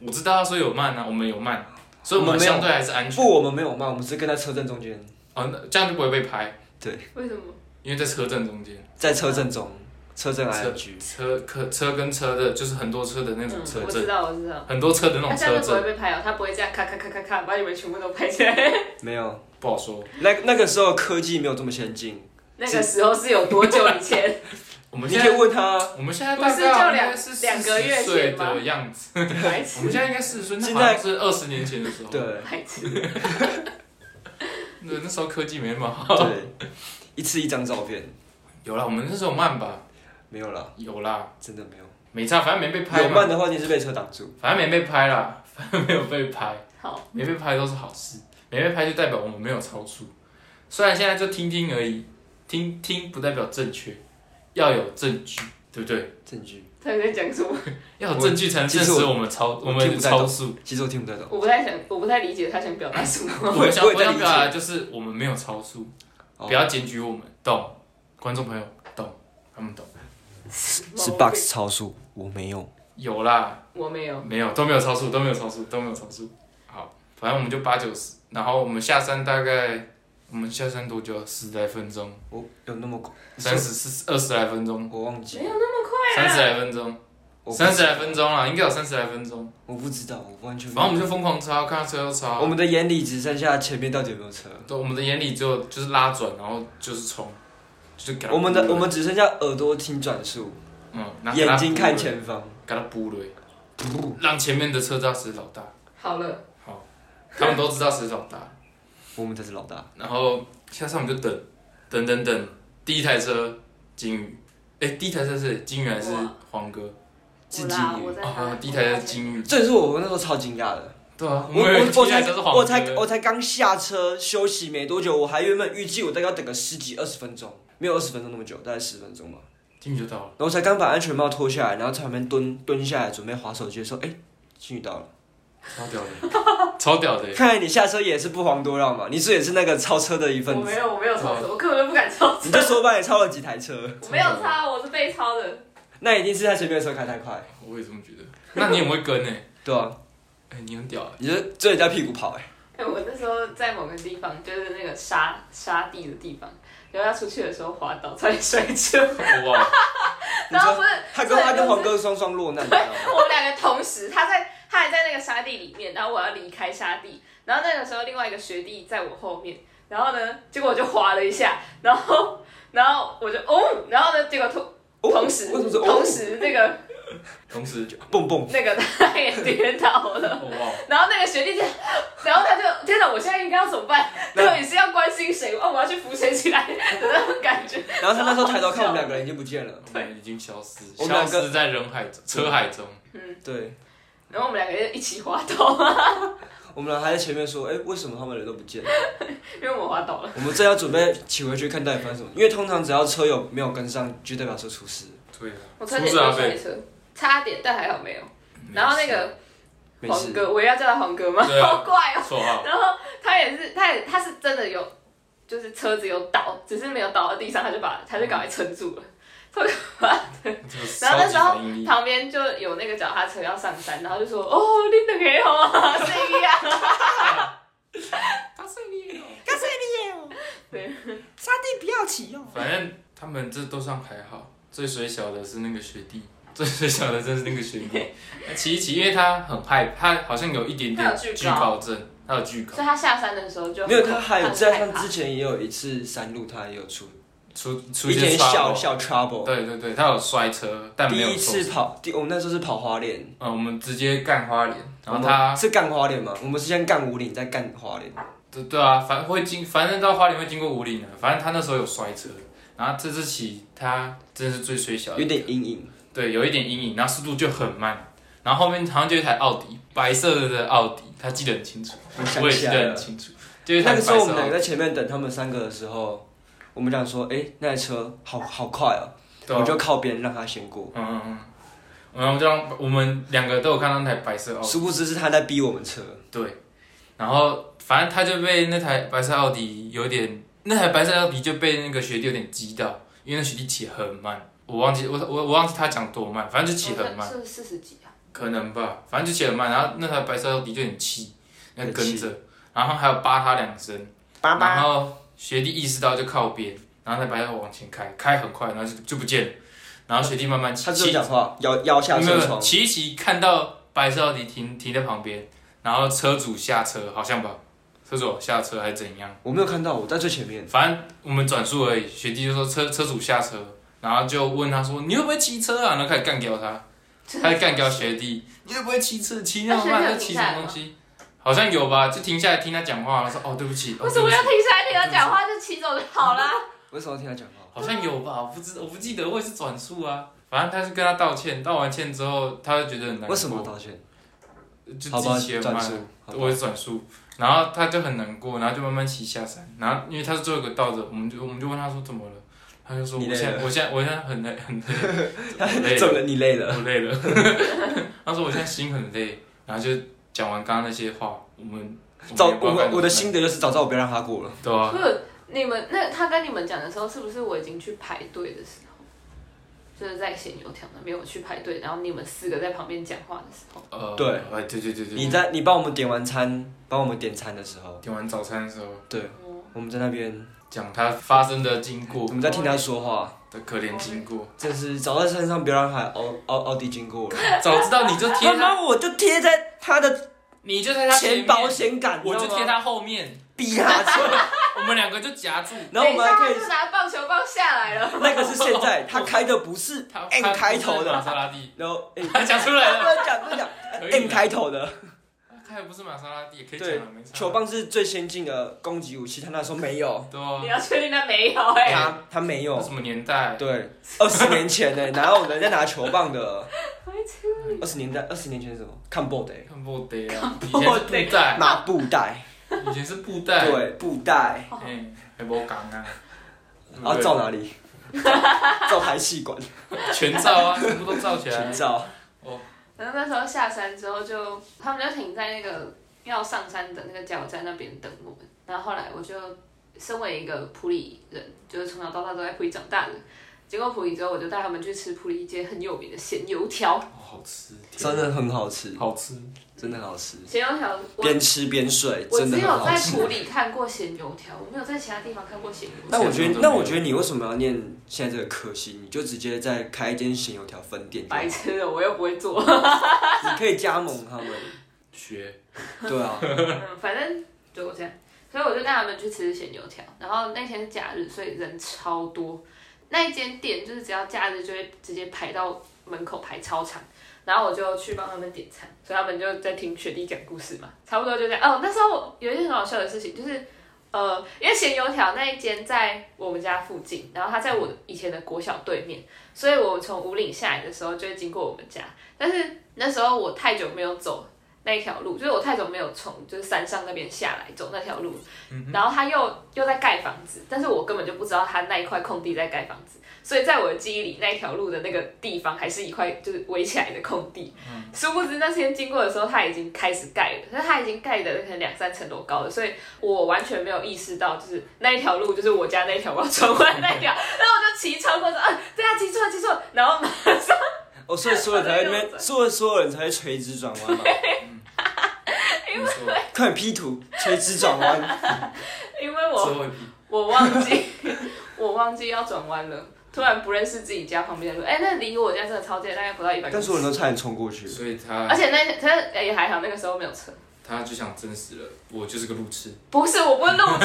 Speaker 1: 我知道他说有慢啊，我们有慢，所以我
Speaker 3: 我
Speaker 1: 们
Speaker 3: 们没有
Speaker 1: 相对还是安全。
Speaker 3: 不，我们没有骂，我们是跟在车阵中间，
Speaker 1: 哦，那这样就不会被拍，
Speaker 2: 为什么？
Speaker 1: 因为在车阵中间，
Speaker 3: 在车阵中，车阵
Speaker 1: 嗯车
Speaker 3: ING。
Speaker 1: 车可车跟车的，就是很多车的那种
Speaker 2: 嗯
Speaker 1: 车
Speaker 2: 我
Speaker 1: 阵
Speaker 2: 知，道，我知道。
Speaker 1: 很多车的那
Speaker 2: 他
Speaker 1: 种
Speaker 2: 下
Speaker 1: 车
Speaker 2: 面不会
Speaker 1: 阵，
Speaker 2: 被拍哦，他不会这样咔咔咔咔咔把你们全部都拍起来。
Speaker 3: 没有，
Speaker 1: 不好说。
Speaker 3: 那那个时候科技没有这么先进，
Speaker 2: 那个时候是有多久以
Speaker 3: [laughs]
Speaker 2: 前？
Speaker 1: 我们
Speaker 3: 你
Speaker 1: 现
Speaker 3: 可以
Speaker 1: 在
Speaker 3: 问他。
Speaker 1: 我们现在
Speaker 2: 不
Speaker 1: 大
Speaker 2: 是
Speaker 1: 概
Speaker 2: 就
Speaker 1: 应
Speaker 2: 两
Speaker 1: 该是
Speaker 2: 两个月
Speaker 1: 40岁
Speaker 2: 前吗
Speaker 1: 的样子。
Speaker 2: 白
Speaker 1: 我
Speaker 2: 痴
Speaker 1: 们，现在应该四十岁，那
Speaker 3: 现
Speaker 1: 好
Speaker 3: 在
Speaker 1: 像是二十年前的时候。
Speaker 3: 对
Speaker 2: 白痴。
Speaker 1: 对，那时候科技没那么好。
Speaker 3: 对，一次一张照片，
Speaker 1: 有啦，我们那时候有慢吧？
Speaker 3: 没有啦，
Speaker 1: 有啦，
Speaker 3: 真的没有。
Speaker 1: 没差，反正没哦被拍
Speaker 3: 有
Speaker 1: 嘛，
Speaker 3: 慢的话，你是被车挡住。
Speaker 1: 反正没被拍啦，反正没有被拍，
Speaker 2: 好，
Speaker 1: 没被拍都是好事，没被拍就代表我们没有超速。虽然现在就听听而已，听听不代表正确，要有证据，对不对？
Speaker 3: 证据，
Speaker 2: 他在讲什么？
Speaker 1: 要有证据才能
Speaker 3: 其
Speaker 1: 证
Speaker 3: 实我
Speaker 1: 实我们超
Speaker 3: 我
Speaker 1: 们
Speaker 3: 听不太懂
Speaker 1: 超
Speaker 3: [laughs]
Speaker 1: 速。
Speaker 3: 其实我听不太懂。
Speaker 2: 我不太想，我不太理解他想表达什么。
Speaker 1: 我
Speaker 3: 我也
Speaker 1: 想
Speaker 3: 我也
Speaker 1: 我
Speaker 3: 在
Speaker 1: 想
Speaker 3: 理
Speaker 1: 表达
Speaker 3: 解
Speaker 1: 的就是我们没有超速，
Speaker 3: 哦
Speaker 1: 不要检举我们，懂？观众朋友懂，他们懂。
Speaker 3: 是 Box 超速，我没有。
Speaker 1: 有啦，
Speaker 2: 我没有。
Speaker 1: 没有，都没有超速，都没有超速，都没有超速。好，反正我们就八九十，然后我们下山大概，我们下山多久？啊十来分钟，
Speaker 3: 我有那么快？
Speaker 1: 三十四二十来分钟，
Speaker 3: 我忘记
Speaker 2: 没，有那么快
Speaker 1: 三
Speaker 2: 啊！
Speaker 1: 十来分钟，
Speaker 3: 我不
Speaker 1: 三十来分钟啦，应该有三十来分钟。
Speaker 3: 我不知道，我完全没有。
Speaker 1: 反正我们就疯狂超，看到车就
Speaker 3: 嗯我
Speaker 1: 超。
Speaker 3: 们的眼里只剩下前面到底有没有车，
Speaker 1: 对，我们的眼里只有就是拉转，然后就是冲，就是给他
Speaker 3: 我们的
Speaker 1: 扑了
Speaker 3: 我们只剩下耳朵听转速，
Speaker 1: 嗯，然后给他
Speaker 3: 眼睛
Speaker 1: 扑
Speaker 3: 看
Speaker 1: 了，
Speaker 3: 前方。
Speaker 1: 给他扑了，让前面的车知道谁是老大，
Speaker 2: 好了，
Speaker 1: 他们都知道谁是老大。
Speaker 3: 我们才是老大。
Speaker 1: 然后下山我们就等，等等等，第一台车金鱼，哎，第一台车是金鱼还是黄哥？
Speaker 2: 啊我
Speaker 3: 自己
Speaker 2: 啦，我在
Speaker 1: 哦
Speaker 2: 他，，
Speaker 1: 第一台车是金鱼，
Speaker 3: 这也是我那时候超惊讶的，
Speaker 1: 对啊，
Speaker 3: 我
Speaker 1: 们以为第
Speaker 3: 我
Speaker 1: 一台
Speaker 3: 才
Speaker 1: 车是
Speaker 3: 我
Speaker 1: 黄
Speaker 3: 才
Speaker 1: 哥，
Speaker 3: 我才刚下车休息没多久，我还原本预计我大概要等个十几二十分钟，没有二十分钟那么久，大概十分钟吧。
Speaker 1: 金鱼就到了，
Speaker 3: 然后我才刚把安全帽脱下来，然后在旁边蹲蹲下来准备划手机的时候，哎，终于到了。
Speaker 1: 超屌的，超屌的，
Speaker 3: 看来你下车也是不遑多让嘛，你是也是那个超车的一
Speaker 2: 我
Speaker 3: 份子哦
Speaker 2: 没，有，我没有超车，我根本就不敢超
Speaker 3: 你
Speaker 2: 车
Speaker 3: 就，说吧，你超了几台车，
Speaker 2: 我没有超，我是被超的。
Speaker 3: 那一定是他前面的车开太快，
Speaker 1: 我也这么觉得。那你很会跟呢，
Speaker 3: 对啊，
Speaker 1: 哎，你很屌，
Speaker 3: 你就追人家屁股跑、哎，
Speaker 2: 哎， [laughs] 我那时候在某个地方，就是那个沙沙地的地方，然后要出去的时候滑倒，差点摔车，
Speaker 1: 哦哇，
Speaker 2: 然后不是
Speaker 3: [laughs] 他跟他跟黄哥双双落难，你知道吗
Speaker 2: 我们两个同时，他在他还在那个沙地里面，然后我要离开沙地，然后那个时候另外一个学弟在我后面，然后呢，结果我就滑了一下，然后然后我就哦，然后呢，结果同
Speaker 3: 哦
Speaker 2: 同时、
Speaker 3: 为什么是哦
Speaker 2: 同时那个
Speaker 1: 同时，哦
Speaker 2: [laughs]
Speaker 3: 蹦蹦，
Speaker 2: 那个他也跌倒
Speaker 1: [laughs]
Speaker 2: 了。
Speaker 1: 哇，
Speaker 2: 然后那个学弟就，然后他就天哪，我现在应该要怎么办？
Speaker 3: 那
Speaker 2: 到底是要关心谁？哦，我要去扶谁起来的那种感觉。
Speaker 3: 然后他那时候抬头看我们两个人已经不见了，
Speaker 1: 我哦们已经消失，
Speaker 3: 我们
Speaker 1: 消
Speaker 3: 两个嗯
Speaker 1: 失在人海中，车海中，
Speaker 3: 对，
Speaker 2: 然后我们两个就一起滑倒，
Speaker 3: 我们俩还在前面说，哎、为什么他们人都不见了？
Speaker 2: [laughs] 因为我滑倒了。
Speaker 3: 我们正要准备骑回去看到底发生什么，因为通常只要车友没有跟上，就代表车出事，
Speaker 1: 对啊，
Speaker 2: 我差
Speaker 1: 出
Speaker 2: 点
Speaker 1: 事
Speaker 2: 就
Speaker 1: 啊
Speaker 2: 摔
Speaker 1: 被，
Speaker 2: 车，差点，但还好没有。然后那个
Speaker 3: 没
Speaker 2: 黄
Speaker 3: 事，
Speaker 2: 哥，我也要叫他黄哥吗？
Speaker 1: 对啊
Speaker 2: 好怪哦、
Speaker 1: 绰
Speaker 2: [laughs]
Speaker 1: 号，
Speaker 2: 然后他也是，他也他是真的有，就是车子有倒，只是没有倒到地上，他就把他就赶快撑住了。
Speaker 1: 这个超级反
Speaker 2: 然后那时候
Speaker 1: 应力，
Speaker 2: 旁边就有那个脚踏车要上山，然后就说：“哦，你的给我啊， [laughs] 谁呀？
Speaker 1: 他睡你了。
Speaker 3: 干脆你
Speaker 1: [laughs]
Speaker 3: 耶哦，
Speaker 2: 对，
Speaker 3: 沙地不要骑哦，
Speaker 1: 反正他们这都算还好，最水小的是那个学弟，最最小的真是那个学妹， [laughs] 骑一骑，因为她很害，她好像有一点
Speaker 2: 她有
Speaker 1: 点
Speaker 2: 惧高
Speaker 1: 惧高症，她有惧高，
Speaker 2: 所以他下山的时候就
Speaker 3: 没有，他还有在
Speaker 2: 很
Speaker 3: 他
Speaker 2: 害怕
Speaker 3: 之前也有一次山路，他也有出
Speaker 1: 出出
Speaker 3: 一
Speaker 1: 现
Speaker 3: 点小
Speaker 1: trouble
Speaker 3: 小 trouble。
Speaker 1: 对对对，她有摔车，但没
Speaker 3: 第
Speaker 1: 有
Speaker 3: 一次
Speaker 1: 受伤
Speaker 3: 跑，第我们那时候是跑花莲，
Speaker 1: 嗯，我们直接干花脸，然
Speaker 3: 我
Speaker 1: 后
Speaker 3: 们
Speaker 1: 她
Speaker 3: 是干花莲嘛？我们是先干五岭，再干花莲。
Speaker 1: 对对啊，反正会经，反正到花莲会经过五岭啊。反正他那时候有摔车，然后这次骑他真的是最水小的，
Speaker 3: 有点阴影。
Speaker 1: 对，有一点阴影，然后速度就很慢。然后后面好像就有一台奥迪，白色的奥迪，他记得很清楚，
Speaker 3: 我想
Speaker 1: 我也
Speaker 3: 起
Speaker 1: 记得
Speaker 3: 来
Speaker 1: 很
Speaker 3: 了，
Speaker 1: 清楚，就一台
Speaker 3: 那
Speaker 1: 白
Speaker 3: 个时候我
Speaker 1: 色
Speaker 3: 们两
Speaker 1: 奥
Speaker 3: 个
Speaker 1: 迪。
Speaker 3: 在前面等他们三个的时候，我们讲说，哎、那台车好好快哦、
Speaker 1: 对
Speaker 3: 我
Speaker 1: 啊
Speaker 3: 就靠边让他先过。
Speaker 1: 嗯嗯嗯，然后就让我们两个都有看到那台白色奥迪，
Speaker 3: 殊不知是他在逼我们车，
Speaker 1: 对，然后反正他就被那台白色奥迪有点，那台白色奥迪就被那个学弟有点激到，因为那学弟骑很慢，我忘记我我我忘记他讲多慢，反正就骑很慢，
Speaker 2: 是四十几啊，
Speaker 1: 可能吧，反正就骑很慢，然后那台白色奥迪就很气，那
Speaker 3: 很
Speaker 1: 跟
Speaker 3: 气
Speaker 1: 着，然后还有扒他两声，
Speaker 3: 爸
Speaker 1: 然
Speaker 3: 爸，
Speaker 1: 后学弟意识到就靠边，然后那白色奥迪往前开，开很快，然后就就不见了，然后学弟慢慢骑，
Speaker 3: 他只
Speaker 1: 骑
Speaker 3: 有讲话，摇摇下
Speaker 1: 没有
Speaker 3: 车
Speaker 1: 没有
Speaker 3: 窗，
Speaker 1: 骑一骑看到白色奥迪停停在旁边，然后车主下车，好像吧，车主下车还是怎样？
Speaker 3: 我没有看到，我在最前面。
Speaker 1: 反正我们转述而已。学弟就说车车主下车，然后就问他说你会不会骑车啊？然后开始干掉他，他就干掉学弟，你会不会骑车？骑那么慢，
Speaker 2: 那
Speaker 1: 在
Speaker 2: 学
Speaker 1: 骑
Speaker 2: 弟有停
Speaker 1: 什
Speaker 2: 下来
Speaker 1: 么东西？好像有吧，就停下来听他讲话，然后说哦对不起，哦
Speaker 2: 为什么要
Speaker 1: 对
Speaker 2: 停
Speaker 1: 不起
Speaker 2: 下来听他讲话就骑走就好啦？
Speaker 3: 为什么要听他讲话？
Speaker 1: 好像有吧，我不知我不记得，我也是转述啊。反正他是跟他道歉，道完歉之后，他就觉得很难过。
Speaker 3: 为什么道歉？
Speaker 1: 就
Speaker 3: 好
Speaker 1: 自
Speaker 3: 吧，
Speaker 1: 己骑很
Speaker 3: 转
Speaker 1: 慢
Speaker 3: 述。好吧
Speaker 1: 我也是转述，然后他就很难过，然后就慢慢骑下山，然后因为他是最后一个到的，我们就我们就问他说怎么了，他就说我
Speaker 3: 你
Speaker 1: 现
Speaker 3: 累
Speaker 1: 在
Speaker 3: 了
Speaker 1: 我现在我现在很累很累，
Speaker 3: [laughs] 怎
Speaker 1: 怎
Speaker 3: 么
Speaker 1: 么
Speaker 3: 了？你累了？
Speaker 1: 我累 [laughs] 了，他说我现在心很累，然后就讲完刚刚那些话，我们
Speaker 3: 早，
Speaker 1: 们也不知道该
Speaker 3: 我
Speaker 1: 怎么
Speaker 3: 我的
Speaker 1: 办
Speaker 3: 心得就是，早知道我不要让他过了。
Speaker 1: 对啊，
Speaker 2: 不是你们那他跟你们讲的时候，是不是我已经去排队的时候，就是在咸油条那边我去排队，然后你们四个在旁边讲话的时候，
Speaker 1: 呃，
Speaker 3: 对
Speaker 1: 哎对对对对，
Speaker 3: 你在你帮我们点完餐，帮我们点餐的时候，
Speaker 1: 点完早餐的时候
Speaker 3: 对，
Speaker 2: 哦，
Speaker 3: 我们在那边，
Speaker 1: 讲他发生的经过
Speaker 3: 我们在听他说话，
Speaker 1: 的可怜经过，
Speaker 3: 真是早在山上不要让他奥奥奥迪经过了。
Speaker 1: [laughs] 早知道你就贴
Speaker 3: 他
Speaker 1: 他，
Speaker 3: 妈我就贴在他的
Speaker 1: 你就在他前
Speaker 3: 前
Speaker 1: 面
Speaker 3: 保险杆，
Speaker 1: 我就
Speaker 3: 你知道
Speaker 1: 贴
Speaker 3: 吗
Speaker 1: 他后面，
Speaker 3: 逼他车，
Speaker 1: [laughs] 我们两个就夹住。
Speaker 3: 然后我们还
Speaker 1: [laughs]
Speaker 3: 可
Speaker 2: 等一下他就
Speaker 3: 以，
Speaker 2: 拿棒球棒下来了。
Speaker 3: 那个是现在他开的不是
Speaker 1: 他
Speaker 3: M 开头
Speaker 1: 他不是玛
Speaker 3: 的，
Speaker 1: 莎拉蒂，
Speaker 3: 然后哎，
Speaker 1: 他讲出
Speaker 3: 不
Speaker 1: 来
Speaker 3: [laughs]
Speaker 1: 了，
Speaker 3: 能讲不能讲
Speaker 1: 可以啊的
Speaker 3: ，M 开头的
Speaker 1: 他也不是玛莎拉蒂，也可以
Speaker 3: 对
Speaker 1: 讲了，没差。
Speaker 3: 球，棒是最先进的攻击武器，他那时候没有，
Speaker 1: 对
Speaker 2: 你
Speaker 1: 啊，
Speaker 2: 要确定他没有哎、
Speaker 3: 他他没
Speaker 1: 那
Speaker 3: 有，
Speaker 1: 啊什么年代？
Speaker 3: 对，二十年前
Speaker 1: [laughs]
Speaker 3: 呢，哪有人在拿球棒的？二十年代，二十年前是什么？看布袋，
Speaker 1: 看布袋啊，以
Speaker 2: 布
Speaker 1: 前
Speaker 2: 袋
Speaker 1: 是布袋，
Speaker 3: [laughs] 拿布袋，
Speaker 1: 以前是布袋，，
Speaker 3: 对，布袋，
Speaker 1: 哎，还无讲啊，
Speaker 3: 然后照
Speaker 1: [laughs]
Speaker 3: 哪里？照排气管，
Speaker 1: 全照啊，全部都照起来
Speaker 3: 全，照。
Speaker 2: 然后那时候下山之后就，他们就停在那个要上山的那个加油站那边等我们。然后后来我就身为一个普里人，就是从小到大都在普里长大的。经过普里之后，我就带他们去吃普里一间很有名的咸油条。
Speaker 1: 哦好吃，
Speaker 3: 真的很好吃，
Speaker 1: 好吃，
Speaker 3: 真的很好吃。
Speaker 2: 咸油条，我
Speaker 3: 边吃边睡，
Speaker 2: 我
Speaker 3: 真的
Speaker 2: 只
Speaker 3: 很
Speaker 2: 有
Speaker 3: 好
Speaker 2: 在
Speaker 3: 吃。
Speaker 2: 普里看过咸油条，我没有在其他地方看过咸油条。
Speaker 3: 那我觉
Speaker 1: 我
Speaker 3: 得，
Speaker 1: 真的没有
Speaker 3: 那我觉得你为什么要念现在这个科系？你就直接再开一间咸油条分店
Speaker 2: [laughs]
Speaker 3: 就好，
Speaker 2: 白痴哦了，我又不会做。
Speaker 3: 你可以加盟他们。
Speaker 1: 学
Speaker 3: 对
Speaker 2: [laughs]
Speaker 3: 啊，
Speaker 2: 嗯，反正就这样，所以我就带他们去吃咸油条。然后那天是假日，所以人超多。那一间店就是只要假日就会直接排到门口排超长。然后我就去帮他们点餐，所以他们就在听雪莉讲故事嘛，差不多就这样。哦，那时候我有一件很好笑的事情，就是呃，因为咸油条那一间在我们家附近，然后它在我以前的国小对面，所以我从五岭下来的时候就会经过我们家。但是那时候我太久没有走那一条路，就是我太久没有从就是山上那边下来走那条路，然后他又又在盖房子，但是我根本就不知道他那一块空地在盖房子，所以在我的记忆里，那一条路的那个地方还是一块就是围起来的空地。殊不知那天经过的时候，他已经开始盖了，但是他已经盖的可能两三层楼高了，所以我完全没有意识到，就是那一条路就是我家那一条，我要穿过来那一条，然后我就骑超过说啊，对啊，骑错了骑错了，然后 [laughs]
Speaker 3: 哦，所以所有人才会那边，所以所有人才会垂直转弯嘛。
Speaker 1: 没错，
Speaker 3: 快点 P 图，垂直
Speaker 2: [laughs]
Speaker 3: 转弯。
Speaker 2: 因为我
Speaker 1: 最后一批
Speaker 2: [laughs] 我忘记，我忘记要转弯了，突然不认识自己家旁边的路，哎、那离我家真的超近，大概不到一百公
Speaker 3: 但
Speaker 2: 尺。
Speaker 3: 所有人都差点冲过去。
Speaker 1: 所以他
Speaker 2: 而且那可是哎也还好，那个时候没有车。
Speaker 1: 他就想证实了，我就是个路痴。
Speaker 2: 不是，我不是路
Speaker 1: [laughs] 啊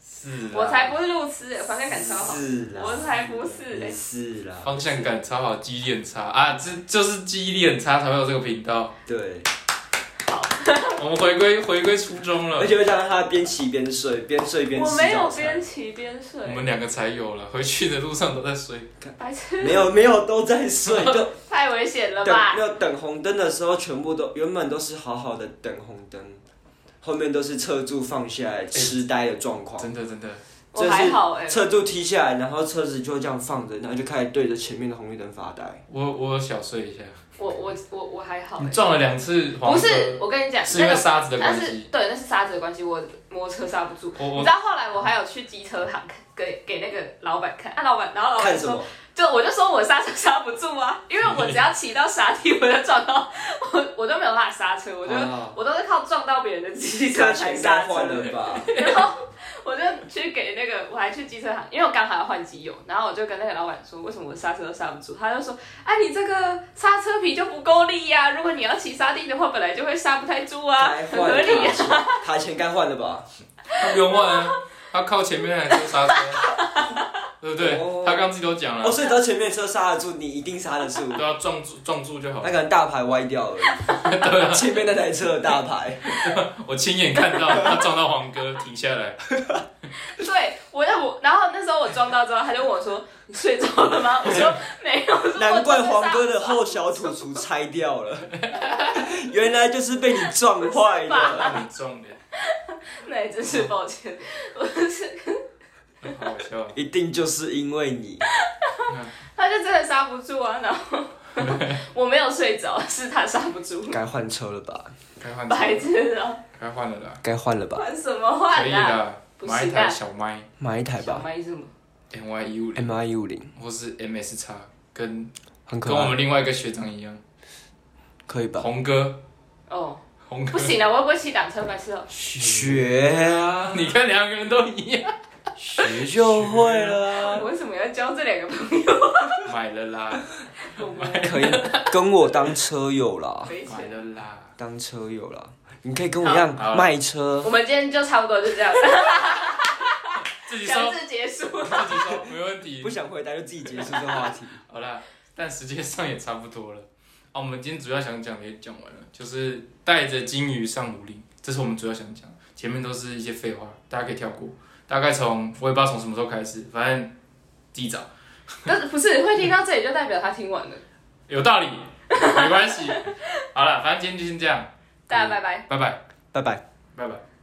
Speaker 2: 痴，
Speaker 3: 是啊
Speaker 2: 我才不是路痴，方向感超好。
Speaker 3: 是啦，
Speaker 2: 我才不是欸哎嘞
Speaker 3: 是啦，
Speaker 1: 方向感超好，记忆力很差啊！这就是记忆力很差才会有这个频道。
Speaker 3: 对，
Speaker 1: 我们回归回归初衷了
Speaker 3: 而，且会让他边骑边睡，边睡边吃
Speaker 2: 我没有
Speaker 3: 早餐
Speaker 2: 边骑边睡
Speaker 1: 我，们两个才有了。回去的路上都在睡，
Speaker 2: 白痴，
Speaker 3: 没有没有都在
Speaker 2: [laughs]
Speaker 3: 睡，就
Speaker 2: 太危险了
Speaker 3: 等
Speaker 2: 吧
Speaker 3: 没？有等红灯的时候，全部都原本都是好好的等红灯，后面都是侧柱放下来痴呆的状况，
Speaker 1: 真的真的。
Speaker 2: 我还好哎、
Speaker 3: 侧柱踢下来，然后车子就这样放着，然后就开始对着前面的红绿灯发呆。
Speaker 1: 我我有小睡一下，
Speaker 2: 我我我我还好、
Speaker 1: 你
Speaker 2: 欸。
Speaker 1: 撞了两次黄
Speaker 2: 不
Speaker 1: 车，
Speaker 2: 是，我跟你讲，
Speaker 1: 是因
Speaker 2: 那
Speaker 1: 为
Speaker 2: 个
Speaker 1: 沙子的
Speaker 2: 那
Speaker 1: 关
Speaker 2: 是
Speaker 1: 系。
Speaker 2: 对，那是沙子的关系，我摩托车刹不住。
Speaker 1: 我
Speaker 2: 你
Speaker 1: 我
Speaker 2: 知道后来我还有去机车行给给那个老板看，啊老板，然后老板
Speaker 3: 看什
Speaker 2: 说，
Speaker 3: 么？
Speaker 2: 就我就说我刹车刹不住啊，因为我只要骑到沙地，我就撞到我我都没有办法刹车，我就、
Speaker 3: 啊
Speaker 2: 我都是靠撞到别人的机车
Speaker 3: 车
Speaker 2: 才
Speaker 3: 钱
Speaker 2: 刹
Speaker 3: 该
Speaker 2: 车
Speaker 3: 换。了吧？
Speaker 2: 然后我就去给那个，我还去机车行，因为我刚好要换机油，然后我就跟那个老板说，为什么我刹车都刹不住？他就说，啊，你这个刹车皮就不够力呀、如果你要骑沙地的话，本来就会刹不太住啊，
Speaker 3: 该
Speaker 2: 很 [laughs]
Speaker 3: 换
Speaker 2: 合理啊。
Speaker 3: 了吧？台钱该换了吧？
Speaker 1: 他不用问啊，他靠前面那台车刹车，对不对
Speaker 3: 哦？
Speaker 1: 他刚自己都讲
Speaker 3: 哦，
Speaker 1: 了，
Speaker 3: 所以只要前面车刹得住，你一定刹得住。
Speaker 1: 都要撞住撞住就好
Speaker 3: 那
Speaker 1: 了。
Speaker 3: 可能大牌歪掉了，前面那台车的大牌，
Speaker 1: 我亲眼看到他撞到黄哥停下来，
Speaker 2: 对，我让我，然后那时候我撞到之后，他就问我说：“你睡着了吗？” [laughs] 我说：“没有。”我说
Speaker 3: [laughs] 难怪黄哥的后小土厨拆掉
Speaker 1: [laughs]
Speaker 3: 了，原来就是被你撞坏的。
Speaker 1: 很重的，
Speaker 2: [laughs] 那也真是抱歉，我是
Speaker 1: 很好笑。
Speaker 3: 一定就是因为你，
Speaker 2: 他就真的刹不住啊，然后 [laughs] 我没有睡着，是他刹不
Speaker 3: [laughs]
Speaker 2: 住，
Speaker 3: 该换车了吧？
Speaker 1: 该换车
Speaker 2: 白
Speaker 1: 了，
Speaker 2: 痴啊，
Speaker 1: 该换了啦，
Speaker 3: 该换了吧？
Speaker 2: 哦换什么
Speaker 1: 可
Speaker 2: 换
Speaker 1: 以
Speaker 2: 啊？
Speaker 1: 啦，
Speaker 2: 不
Speaker 1: 买一
Speaker 2: 行啊
Speaker 1: 台小麦
Speaker 3: 买一台
Speaker 2: 小
Speaker 3: 吧
Speaker 2: 麦是什么？
Speaker 1: N Y 一五零
Speaker 3: ，M I 一五零，
Speaker 1: 或是 M S X，跟
Speaker 3: 很
Speaker 1: 跟
Speaker 3: 可
Speaker 1: 我
Speaker 3: 爱，
Speaker 1: 们另外一个学长一样，
Speaker 3: 可以吧？
Speaker 1: 红哥，
Speaker 2: 哦，
Speaker 1: 红哥
Speaker 2: 不，行了，我又不会骑挡车，白痴哦。 [laughs]
Speaker 3: 学啊，
Speaker 1: [laughs] 你看两个人都一样，
Speaker 3: 学就会了啊。
Speaker 2: 我为什么要交这两个朋
Speaker 1: 买了啦，
Speaker 2: 友呢？
Speaker 1: 啊
Speaker 3: 可以跟我当车友啦，
Speaker 2: 没
Speaker 1: 买
Speaker 2: 钱。
Speaker 1: 了啦，
Speaker 3: 当车友啦，你可以跟我一样
Speaker 1: 好好
Speaker 3: 卖车
Speaker 2: 我，们今天就差不多就
Speaker 1: [laughs]
Speaker 2: 这样，
Speaker 1: 自己
Speaker 2: 强
Speaker 1: 收，
Speaker 2: 制结束。 [laughs]
Speaker 1: 自己收，没问题
Speaker 3: 不。想回答就自己结束这话题。
Speaker 1: 好啦，但时间上也差不多了。啊，我们今天主要想讲的也讲完了，就是带着金鱼上五岭，这是我们主要想讲的。前面都是一些废话，大家可以跳过。大概从我也不知道从什么时候开始，反正自己找。
Speaker 2: 但是不是会听到这里就代表他听完了？
Speaker 1: 有道理，没关系。好了，反正今天就先这样，
Speaker 2: 大家拜拜。
Speaker 1: 拜拜，
Speaker 3: 拜拜。
Speaker 1: 拜拜。